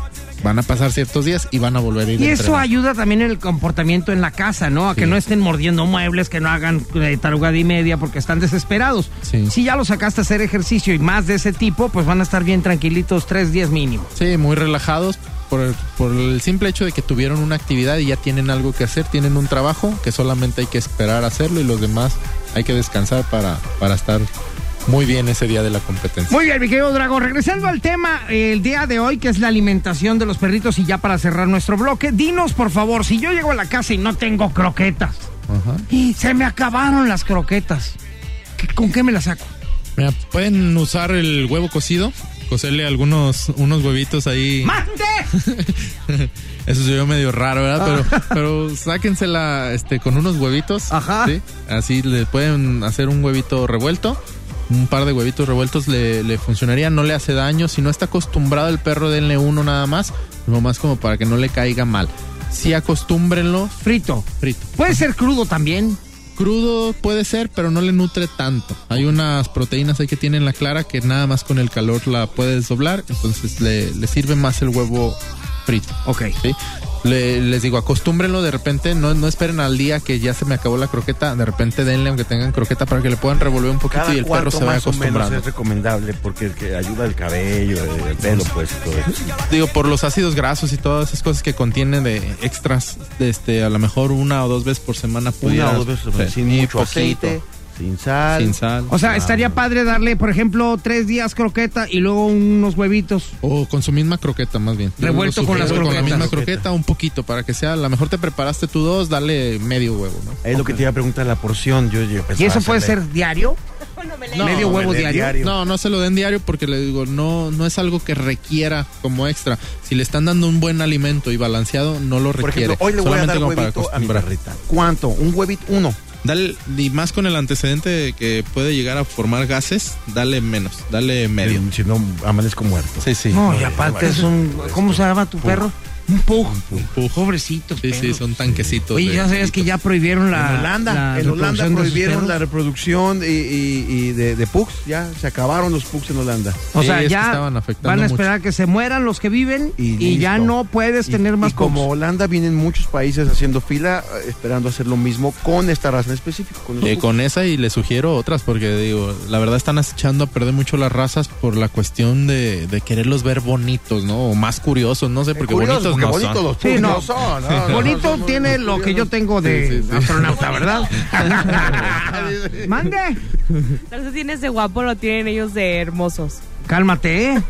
[SPEAKER 5] van a pasar ciertos días y van a volver a ir.
[SPEAKER 2] Y
[SPEAKER 5] a
[SPEAKER 2] eso
[SPEAKER 5] entrenar.
[SPEAKER 2] ayuda también en el comportamiento en la casa, ¿no? A que
[SPEAKER 5] Sí.
[SPEAKER 2] no estén mordiendo muebles, que no hagan eh, tarugada y media porque están desesperados.
[SPEAKER 5] Sí.
[SPEAKER 2] Si ya los sacaste a hacer ejercicio y más de ese tipo, pues van a estar bien tranquilitos tres días mínimo.
[SPEAKER 5] Sí, muy relajados por el, por el simple hecho de que tuvieron una actividad y ya tienen algo que hacer, tienen un trabajo que solamente hay que esperar a hacerlo y los demás hay que descansar para, para estar muy bien ese día de la competencia.
[SPEAKER 2] Muy bien, mi querido Dragón. Regresando al tema eh, el día de hoy, que es la alimentación de los perritos, y ya para cerrar nuestro bloque, dinos por favor, si yo llego a la casa y no tengo croquetas,
[SPEAKER 5] Ajá.
[SPEAKER 2] y se me acabaron las croquetas, ¿qué- ¿con qué me las saco?
[SPEAKER 5] Mira, pueden usar el huevo cocido, cocerle algunos unos huevitos ahí.
[SPEAKER 2] ¡Mate!
[SPEAKER 5] *laughs* Eso se vio medio raro, ¿verdad? Pero, *laughs* pero sáquensela este, con unos huevitos.
[SPEAKER 2] Ajá.
[SPEAKER 5] ¿sí? Así le pueden hacer un huevito revuelto. Un par de huevitos revueltos le, le funcionaría, no le hace daño. Si no está acostumbrado el perro, denle uno nada más. Nomás como para que no le caiga mal. Si acostúmbrenlo
[SPEAKER 2] Frito.
[SPEAKER 5] frito.
[SPEAKER 2] Puede ser crudo también.
[SPEAKER 5] Crudo puede ser, pero no le nutre tanto. Hay unas proteínas ahí que tienen la clara que nada más con el calor la puedes doblar, entonces le, le sirve más el huevo frito.
[SPEAKER 2] Ok.
[SPEAKER 5] ¿sí? Le- les digo, acostúmbrenlo de repente, no, no esperen al día que ya se me acabó la croqueta, de repente denle aunque tengan croqueta para que le puedan revolver un poquito
[SPEAKER 6] Cada
[SPEAKER 5] y el perro
[SPEAKER 6] cuarto
[SPEAKER 5] se va
[SPEAKER 6] más o menos
[SPEAKER 5] acostumbrando.
[SPEAKER 6] es recomendable porque el que ayuda el cabello, el pelo, pues y todo eso.
[SPEAKER 5] Digo, por los ácidos grasos y todas esas cosas que contienen de extras, de este, a lo mejor una o dos veces por semana
[SPEAKER 6] Una
[SPEAKER 5] pudieras-
[SPEAKER 6] o dos veces,
[SPEAKER 5] sí,
[SPEAKER 6] sin
[SPEAKER 5] y
[SPEAKER 6] mucho
[SPEAKER 5] poquito,
[SPEAKER 6] aceite, sin sal.
[SPEAKER 5] sin sal.
[SPEAKER 2] O sea, estaría padre darle, por ejemplo, tres días croqueta y luego unos huevitos.
[SPEAKER 5] O con su misma croqueta, más bien.
[SPEAKER 2] Revuelto
[SPEAKER 5] Su-
[SPEAKER 2] con las
[SPEAKER 5] Con la
[SPEAKER 2] croquetas.
[SPEAKER 5] misma croqueta, un poquito, para que sea. A lo mejor te preparaste tú dos, dale medio huevo, ¿no?
[SPEAKER 6] Es lo que te iba a preguntar, la porción. Yo, yo
[SPEAKER 2] ¿Y
[SPEAKER 6] pensaba
[SPEAKER 2] eso puede
[SPEAKER 6] hacerle
[SPEAKER 2] ser diario?
[SPEAKER 5] No,
[SPEAKER 2] ¿Medio huevo
[SPEAKER 6] omelette
[SPEAKER 2] diario?
[SPEAKER 5] No, no se lo den diario porque le digo, no, no es algo que requiera como extra. Si le están dando un buen alimento y balanceado, no lo
[SPEAKER 6] Por
[SPEAKER 5] requiere.
[SPEAKER 6] ejemplo, hoy le voy a
[SPEAKER 5] Solamente
[SPEAKER 6] dar
[SPEAKER 5] como para
[SPEAKER 6] huevito a mi
[SPEAKER 5] acostumbrar.
[SPEAKER 6] perrita.
[SPEAKER 3] ¿Cuánto? Un huevito, uno.
[SPEAKER 5] Dale, y más con el antecedente de que puede llegar a formar gases, dale menos, dale medio.
[SPEAKER 6] Si no, amanezco muerto.
[SPEAKER 5] Sí, sí.
[SPEAKER 2] No, y
[SPEAKER 6] no,
[SPEAKER 2] aparte
[SPEAKER 6] no,
[SPEAKER 2] es un... ¿Cómo se llama tu perro? Un pug. Pobrecito.
[SPEAKER 5] Sí, sí, son tanquecitos.
[SPEAKER 2] Oye,
[SPEAKER 5] de-
[SPEAKER 2] ya sabes que ya prohibieron la...
[SPEAKER 5] Ah,
[SPEAKER 3] en Holanda,
[SPEAKER 2] la
[SPEAKER 3] en Holanda
[SPEAKER 2] reproducción de sus
[SPEAKER 3] prohibieron
[SPEAKER 2] perros?
[SPEAKER 3] la reproducción y, y- y de, de pugs, ya se acabaron los pugs en Holanda.
[SPEAKER 2] O
[SPEAKER 5] Sí,
[SPEAKER 2] sea,
[SPEAKER 5] es que
[SPEAKER 2] ya
[SPEAKER 5] estaban afectando
[SPEAKER 2] van a
[SPEAKER 5] mucho.
[SPEAKER 2] esperar a que se mueran los que viven
[SPEAKER 3] Y
[SPEAKER 2] y, ya
[SPEAKER 3] listo.
[SPEAKER 2] no puedes
[SPEAKER 3] Y-
[SPEAKER 2] tener más
[SPEAKER 3] y como *laughs*
[SPEAKER 2] pugs.
[SPEAKER 3] Holanda vienen muchos países haciendo fila eh, esperando hacer lo mismo con esta raza en específico. Con los
[SPEAKER 5] Eh,
[SPEAKER 3] pugs.
[SPEAKER 5] con esa y le sugiero otras porque digo, la verdad están echando a perder mucho las razas por la cuestión de, de quererlos ver bonitos, ¿no? O más curiosos, no sé, porque
[SPEAKER 3] Curioso,
[SPEAKER 5] bonitos
[SPEAKER 3] porque
[SPEAKER 5] no
[SPEAKER 3] bonitos
[SPEAKER 5] son.
[SPEAKER 3] los
[SPEAKER 2] Sí,
[SPEAKER 3] pugs
[SPEAKER 2] no.
[SPEAKER 3] no son, no, no,
[SPEAKER 2] Bonito
[SPEAKER 3] son muy
[SPEAKER 2] tiene lo que yo
[SPEAKER 3] curiosos.
[SPEAKER 2] tengo de
[SPEAKER 5] Sí, sí, sí.
[SPEAKER 2] astronauta, ¿verdad? *laughs* Mande.
[SPEAKER 4] Tal vez tienes de guapo, lo tienen ellos de hermosos.
[SPEAKER 2] Cálmate,
[SPEAKER 5] *laughs*
[SPEAKER 2] ¿eh?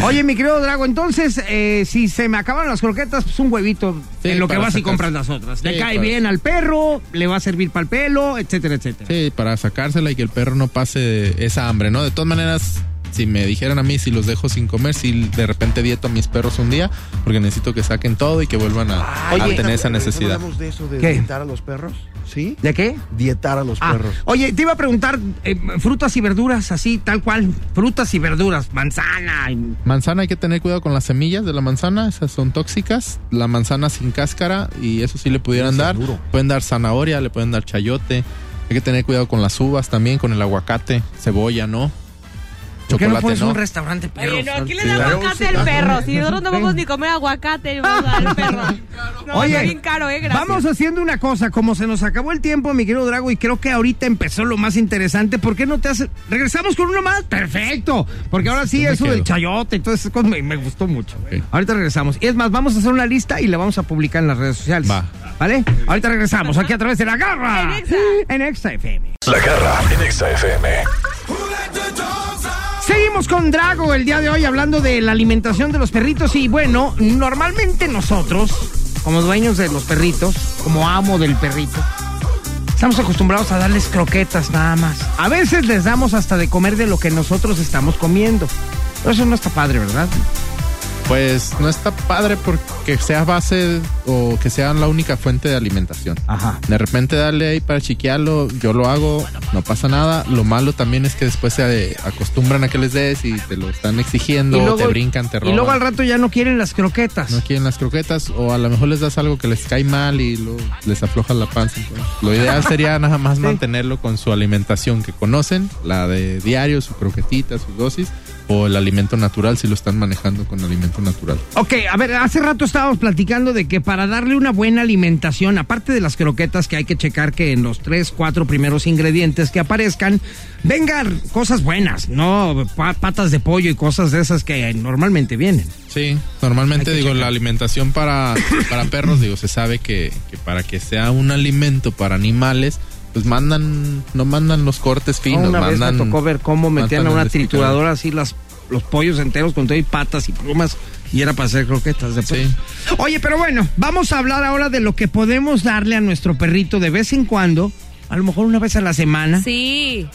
[SPEAKER 2] Oye, mi querido Drago, entonces, eh, si se me acaban las croquetas, pues un huevito
[SPEAKER 5] Sí,
[SPEAKER 2] en lo que
[SPEAKER 5] para
[SPEAKER 2] vas y
[SPEAKER 5] sacarse.
[SPEAKER 2] compras las otras. Le
[SPEAKER 5] Sí,
[SPEAKER 2] cae
[SPEAKER 5] para-
[SPEAKER 2] bien al perro, le va a servir para el pelo, etcétera, etcétera.
[SPEAKER 5] Sí, para sacársela y que el perro no pase esa hambre, ¿no? De todas maneras, si me dijeran a mí si los dejo sin comer, si de repente dieto a mis perros un día, porque necesito que saquen todo y que vuelvan a, a
[SPEAKER 3] Oye,
[SPEAKER 5] tener Ah, esa
[SPEAKER 3] ¿no
[SPEAKER 5] necesidad.
[SPEAKER 3] hablamos de eso de
[SPEAKER 2] ¿Qué?
[SPEAKER 3] dietar a los perros? ¿Sí?
[SPEAKER 2] ¿De qué?
[SPEAKER 3] Dietar a los
[SPEAKER 2] Ah,
[SPEAKER 3] perros.
[SPEAKER 2] oye, te iba a preguntar eh, frutas y verduras, así, tal cual. Frutas y verduras, manzana. y-
[SPEAKER 5] Manzana hay que tener cuidado con las semillas de la manzana, esas son tóxicas. La manzana sin cáscara y eso sí le pudieran dar. Pueden dar zanahoria, le pueden dar chayote. Hay que tener cuidado con las uvas también, con el aguacate, cebolla, ¿no?
[SPEAKER 2] ¿Por qué no
[SPEAKER 5] Chocolate,
[SPEAKER 2] pones
[SPEAKER 5] ¿no?
[SPEAKER 2] un restaurante perro?
[SPEAKER 4] Oye, no, aquí le
[SPEAKER 5] sí.
[SPEAKER 4] da
[SPEAKER 5] Claro,
[SPEAKER 4] aguacate al perro. Si nosotros no vamos ni comer aguacate, le vamos a dar al
[SPEAKER 5] *laughs*
[SPEAKER 4] perro. No,
[SPEAKER 2] Oye,
[SPEAKER 4] está bien caro, ¿eh? Gracias.
[SPEAKER 2] Vamos haciendo una cosa, como se nos acabó el tiempo, mi querido Drago, y creo que ahorita empezó lo más interesante. ¿Por qué no te hace? Regresamos con uno más, perfecto. Porque ahora sí,
[SPEAKER 5] Yo me
[SPEAKER 2] eso del
[SPEAKER 5] quedo.
[SPEAKER 2] chayote y todas esas cosas me, me gustó mucho.
[SPEAKER 5] Ok.
[SPEAKER 2] Ahorita regresamos. Y es más, vamos a hacer una lista y la vamos a publicar en las redes sociales.
[SPEAKER 5] Va.
[SPEAKER 2] ¿Vale? Ahorita regresamos aquí a través de la garra.
[SPEAKER 4] En Exa.
[SPEAKER 2] En Exa FM.
[SPEAKER 1] La garra en Exa FM.
[SPEAKER 2] Seguimos con Drago el día de hoy hablando de la alimentación de los perritos y bueno, normalmente nosotros, como dueños de los perritos, como amo del perrito, estamos acostumbrados a darles croquetas nada más. A veces les damos hasta de comer de lo que nosotros estamos comiendo. Pero eso no está padre, ¿verdad?
[SPEAKER 5] Pues no está padre porque sea base o que sean la única fuente de alimentación.
[SPEAKER 2] Ajá.
[SPEAKER 5] De repente darle ahí para chiquearlo, yo lo hago, no pasa nada. Lo malo también es que después se eh, acostumbran a que les des y te lo están exigiendo, te brincan, te
[SPEAKER 2] y
[SPEAKER 5] roban.
[SPEAKER 2] luego al rato ya no quieren las croquetas.
[SPEAKER 5] no quieren las croquetas o a lo mejor les das algo que les cae mal y luego les afloja la panza. Entonces, lo ideal
[SPEAKER 2] *laughs*
[SPEAKER 5] sería nada más mantenerlo con su alimentación que conocen, la de diario, su croquetita, su dosis o el alimento natural si lo están manejando con alimento natural.
[SPEAKER 2] Ok, a ver, hace rato estábamos platicando de que para darle una buena alimentación, aparte de las croquetas que hay que checar que en los tres, cuatro primeros ingredientes que aparezcan, vengan cosas buenas, no pa- patas de pollo y cosas de esas que normalmente vienen.
[SPEAKER 5] Sí, normalmente
[SPEAKER 2] Hay que
[SPEAKER 5] digo,
[SPEAKER 2] checar.
[SPEAKER 5] la
[SPEAKER 2] *coughs*
[SPEAKER 5] alimentación para, para perros, digo, se sabe que, que para que sea un alimento para animales, pues mandan, no mandan los cortes finos,
[SPEAKER 2] una vez
[SPEAKER 5] mandan...
[SPEAKER 2] me tocó ver cómo metían a
[SPEAKER 5] mandan
[SPEAKER 2] una
[SPEAKER 5] el picado.
[SPEAKER 2] trituradora así las, los pollos enteros con todo y patas y plumas y era para hacer croquetas de pollo.
[SPEAKER 5] Sí.
[SPEAKER 2] Oye, pero bueno, vamos a hablar ahora de lo que podemos darle a nuestro perrito de vez en cuando, a lo mejor una vez a la semana.
[SPEAKER 4] Sí.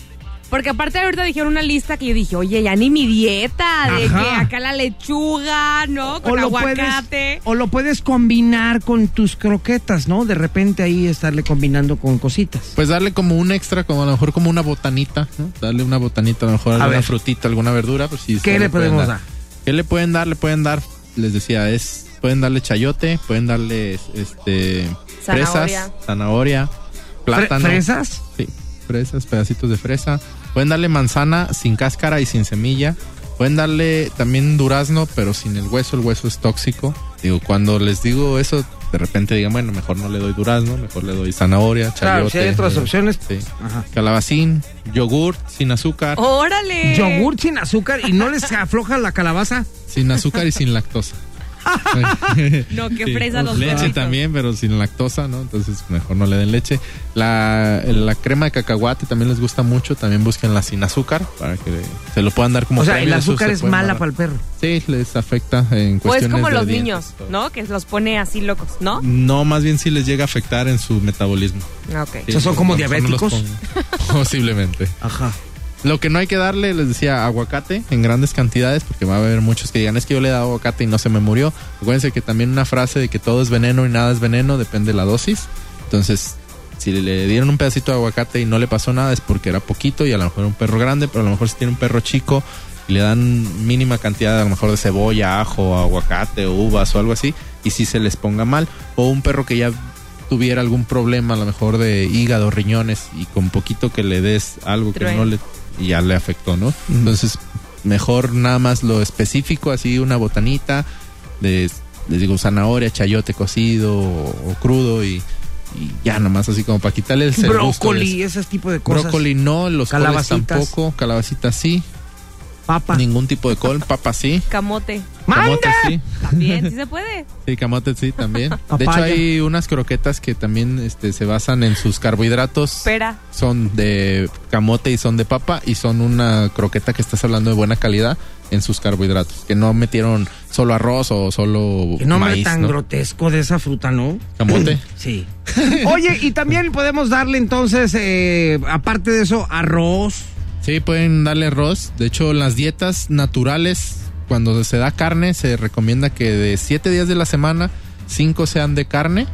[SPEAKER 4] Porque aparte ahorita dijeron una lista que yo dije, oye, ya ni mi dieta, de
[SPEAKER 2] Ajá.
[SPEAKER 4] que acá la lechuga, ¿no? Con aguacate.
[SPEAKER 2] Puedes, o lo puedes combinar con tus croquetas, ¿no? De repente ahí estarle combinando con cositas.
[SPEAKER 5] Pues darle como un extra, como a lo mejor como una botanita, ¿no? Darle una botanita, a lo mejor alguna
[SPEAKER 2] ver.
[SPEAKER 5] frutita, alguna verdura, pues sí.
[SPEAKER 2] ¿Qué
[SPEAKER 5] se
[SPEAKER 2] le
[SPEAKER 5] pueden
[SPEAKER 2] podemos dar?
[SPEAKER 5] ¿Qué le pueden dar? Le pueden dar, les decía, es pueden darle chayote, pueden darle este
[SPEAKER 4] Zanahoria.
[SPEAKER 5] fresas, zanahoria, plátano.
[SPEAKER 2] ¿Fresas?
[SPEAKER 5] Sí, fresas, pedacitos de fresa. Pueden darle manzana sin cáscara y sin semilla. Pueden darle también durazno, pero sin el hueso. El hueso es tóxico. Digo, cuando les digo eso, de repente digan, bueno, mejor no le doy durazno, mejor le doy zanahoria,
[SPEAKER 2] Claro,
[SPEAKER 5] chayote.
[SPEAKER 2] si hay otras
[SPEAKER 5] eh,
[SPEAKER 2] opciones.
[SPEAKER 5] sí.
[SPEAKER 2] Ajá. Oh.
[SPEAKER 5] Calabacín, yogurt sin azúcar,
[SPEAKER 4] ¡Órale!
[SPEAKER 2] Yogur sin azúcar y no les afloja la calabaza.
[SPEAKER 5] sin azúcar y sin lactosa.
[SPEAKER 4] No, que
[SPEAKER 5] Sí,
[SPEAKER 4] fresa
[SPEAKER 5] pues,
[SPEAKER 4] los
[SPEAKER 5] Leche
[SPEAKER 4] huevitos.
[SPEAKER 5] también, pero sin lactosa, ¿no? Entonces mejor no le den leche. La, la crema de cacahuate también les gusta mucho. También busquenla sin azúcar para que se lo puedan dar como
[SPEAKER 2] O sea,
[SPEAKER 5] premio,
[SPEAKER 2] el
[SPEAKER 5] eso
[SPEAKER 2] azúcar
[SPEAKER 5] se
[SPEAKER 2] es
[SPEAKER 5] pueden
[SPEAKER 2] mala
[SPEAKER 5] dar.
[SPEAKER 2] para el perro.
[SPEAKER 5] Sí, les afecta en
[SPEAKER 4] O es
[SPEAKER 5] cuestiones
[SPEAKER 4] como
[SPEAKER 5] de
[SPEAKER 4] los
[SPEAKER 5] dientes,
[SPEAKER 4] niños,
[SPEAKER 5] todo. Mm.
[SPEAKER 4] ¿no? Que los pone así locos, ¿no?
[SPEAKER 5] No, más bien sí les llega a afectar en su metabolismo.
[SPEAKER 4] Ah, Ok.
[SPEAKER 2] sea, son como
[SPEAKER 5] a lo mejor no los
[SPEAKER 2] diabéticos. *laughs*
[SPEAKER 5] pongo. Posiblemente.
[SPEAKER 2] Ajá.
[SPEAKER 5] Lo que no hay que darle, les decía, aguacate en grandes cantidades, porque va a haber muchos que digan, es que yo le he dado aguacate y no se me murió. Acuérdense que también una frase de que todo es veneno y nada es veneno depende de la dosis. Entonces, si le dieron un pedacito de aguacate y no le pasó nada, es porque era poquito y a lo mejor era un perro grande, pero a lo mejor si tiene un perro chico y le dan mínima cantidad, a lo mejor de cebolla, ajo, aguacate, uvas o algo así, y si se les ponga mal, o un perro que ya tuviera algún problema, a lo mejor de hígado, riñones, y con poquito que le des algo que
[SPEAKER 4] Truena.
[SPEAKER 5] no le y ya le afectó, ¿no? Entonces, mejor nada más lo específico, así una botanita de, les digo, zanahoria, chayote cocido o, o crudo y, y ya nada más así como para quitarle el el gusto
[SPEAKER 2] Brócoli,
[SPEAKER 5] de-
[SPEAKER 2] ese tipo de cosas.
[SPEAKER 5] Brócoli no, los coles
[SPEAKER 2] Calabacitas.
[SPEAKER 5] tampoco, calabacitas sí,
[SPEAKER 2] Papa.
[SPEAKER 5] ningún tipo de col, papa sí,
[SPEAKER 4] Camote.
[SPEAKER 5] camote
[SPEAKER 2] ¡Manda!
[SPEAKER 5] sí.
[SPEAKER 2] *laughs*
[SPEAKER 4] También, sí se puede.
[SPEAKER 5] Sí, camote sí también. De hecho
[SPEAKER 2] Papaya.
[SPEAKER 5] hay unas croquetas que también este, se basan en sus carbohidratos.
[SPEAKER 4] Pera.
[SPEAKER 5] Son de camote y son de papa y son una croqueta que estás hablando de buena calidad en sus carbohidratos. Que no metieron solo arroz o solo
[SPEAKER 2] Qué nombre
[SPEAKER 5] maíz,
[SPEAKER 2] tan
[SPEAKER 5] ¿no?
[SPEAKER 2] grotesco de esa fruta, ¿no?
[SPEAKER 5] Camote.
[SPEAKER 2] *clears throat* Sí. Oye, y también podemos darle entonces, eh, aparte de eso, arroz.
[SPEAKER 5] Sí, pueden darle arroz. De hecho, las dietas naturales, cuando se da carne, se recomienda que de siete días de la semana, cinco sean de carne,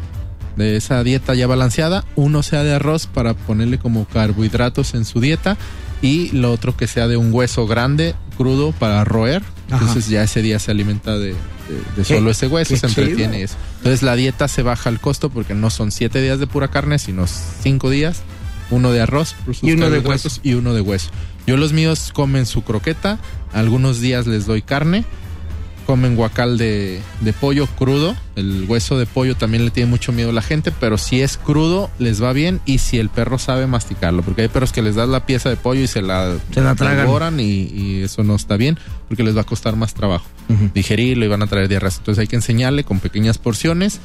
[SPEAKER 5] de esa dieta ya balanceada, uno sea de arroz para ponerle como carbohidratos en su dieta y lo otro que sea de un hueso grande, crudo, para roer.
[SPEAKER 2] Ajá.
[SPEAKER 5] Entonces ya ese día se alimenta de, de- de solo ese hueso,
[SPEAKER 2] qué
[SPEAKER 5] se
[SPEAKER 2] chido.
[SPEAKER 5] entretiene y eso. Entonces la dieta se baja el costo porque no son siete días de pura carne, sino cinco días. Uno de arroz por sus
[SPEAKER 2] Y uno de
[SPEAKER 5] carbohidratos,
[SPEAKER 2] hueso.
[SPEAKER 5] y uno de hueso. Yo los míos comen su croqueta, algunos días les doy carne, comen guacal de, de pollo crudo, el hueso de pollo también le tiene mucho miedo la gente, pero si es crudo les va bien y si el perro sabe masticarlo, porque hay perros que les das la pieza de pollo y se la,
[SPEAKER 2] Se la tragan.
[SPEAKER 5] devoran y, y eso no está bien porque les va a costar más trabajo digerirlo y van a traer diarreas. Entonces hay que enseñarle con pequeñas porciones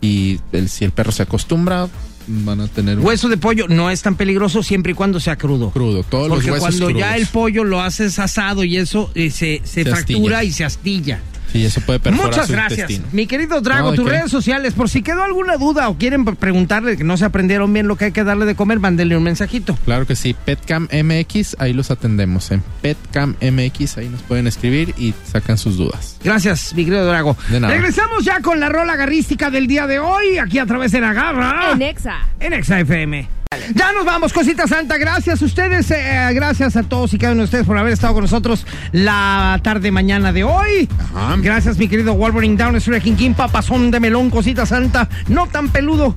[SPEAKER 5] y el- si el perro se acostumbra van a tener un
[SPEAKER 2] Hueso de pollo no es tan peligroso siempre y cuando sea crudo.
[SPEAKER 5] crudo, todos
[SPEAKER 2] Porque
[SPEAKER 5] los huesos
[SPEAKER 2] cuando ya
[SPEAKER 5] crudos.
[SPEAKER 2] el pollo lo haces asado y eso eh, se, se
[SPEAKER 5] Se
[SPEAKER 2] fractura
[SPEAKER 5] astilla.
[SPEAKER 2] y se astilla.
[SPEAKER 5] Sí, eso puede perforar
[SPEAKER 2] Muchas
[SPEAKER 5] su
[SPEAKER 2] gracias.
[SPEAKER 5] intestino.
[SPEAKER 2] Mi querido Drago,
[SPEAKER 5] No, ¿de
[SPEAKER 2] tus
[SPEAKER 5] qué?
[SPEAKER 2] redes sociales, por si quedó alguna duda o quieren preguntarle que no se aprendieron bien lo que hay que darle de comer, mándenle un mensajito.
[SPEAKER 5] Claro que sí, Petcam MX, ahí los atendemos. En Petcam MX, ahí nos pueden escribir y sacan sus dudas.
[SPEAKER 2] Gracias, mi querido Drago.
[SPEAKER 5] De nada.
[SPEAKER 2] Regresamos ya con la rola garrística del día de hoy, aquí a través de la garra.
[SPEAKER 4] En Exa.
[SPEAKER 2] en Exa FM. Ya nos vamos, cosita santa. Gracias a ustedes, eh, gracias a todos y cada uno de ustedes por haber estado con nosotros la tarde mañana de hoy.
[SPEAKER 3] Ajá.
[SPEAKER 2] Gracias, mi querido Wolverine Down, King King, papazón de melón, cosita santa, no tan peludo.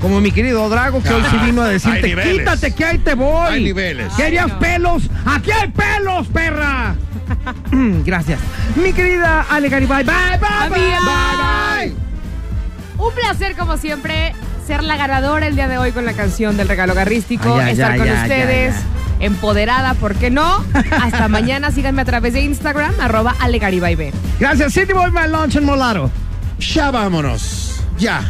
[SPEAKER 2] Como mi querido Drago, que hoy sí vino a
[SPEAKER 6] hay
[SPEAKER 2] decirte,
[SPEAKER 6] niveles.
[SPEAKER 2] quítate que ahí te voy.
[SPEAKER 3] Ah, Hay niveles.
[SPEAKER 2] Querías
[SPEAKER 4] Ay, no.
[SPEAKER 2] pelos, aquí hay pelos, perra. *clears throat* Mm, Gracias. Mi querida Ale Garibay, bye, bye, bye,
[SPEAKER 4] Amiga.
[SPEAKER 2] bye, bye.
[SPEAKER 4] Un placer, como siempre, ser la ganadora el día de hoy con la canción del regalo garrístico.
[SPEAKER 2] Ay, ya,
[SPEAKER 4] estar
[SPEAKER 2] ya,
[SPEAKER 4] con
[SPEAKER 2] ya,
[SPEAKER 4] ustedes. Empoderada, ¿por
[SPEAKER 2] *laughs*
[SPEAKER 4] qué no? Hasta mañana, síganme a través de Instagram, arroba alegaribaybe.
[SPEAKER 2] Gracias, City Boy, my lunch en Molaro.
[SPEAKER 3] Ya vámonos. Ya.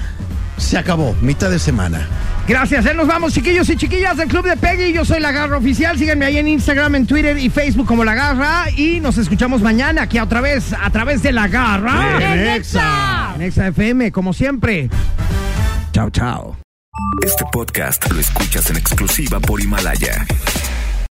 [SPEAKER 3] Se acabó. Mitad de semana.
[SPEAKER 2] Gracias, ya nos vamos, chiquillos y chiquillas del Club de Peggy. Yo soy La Garra Oficial. Síganme ahí en Instagram, en Twitter y Facebook como La Garra. Y nos escuchamos mañana aquí otra vez, a través de La Garra.
[SPEAKER 4] ¡En Exa!
[SPEAKER 2] En Exa FM, como siempre. Chao, chao.
[SPEAKER 7] Este podcast lo escuchas en exclusiva por Himalaya.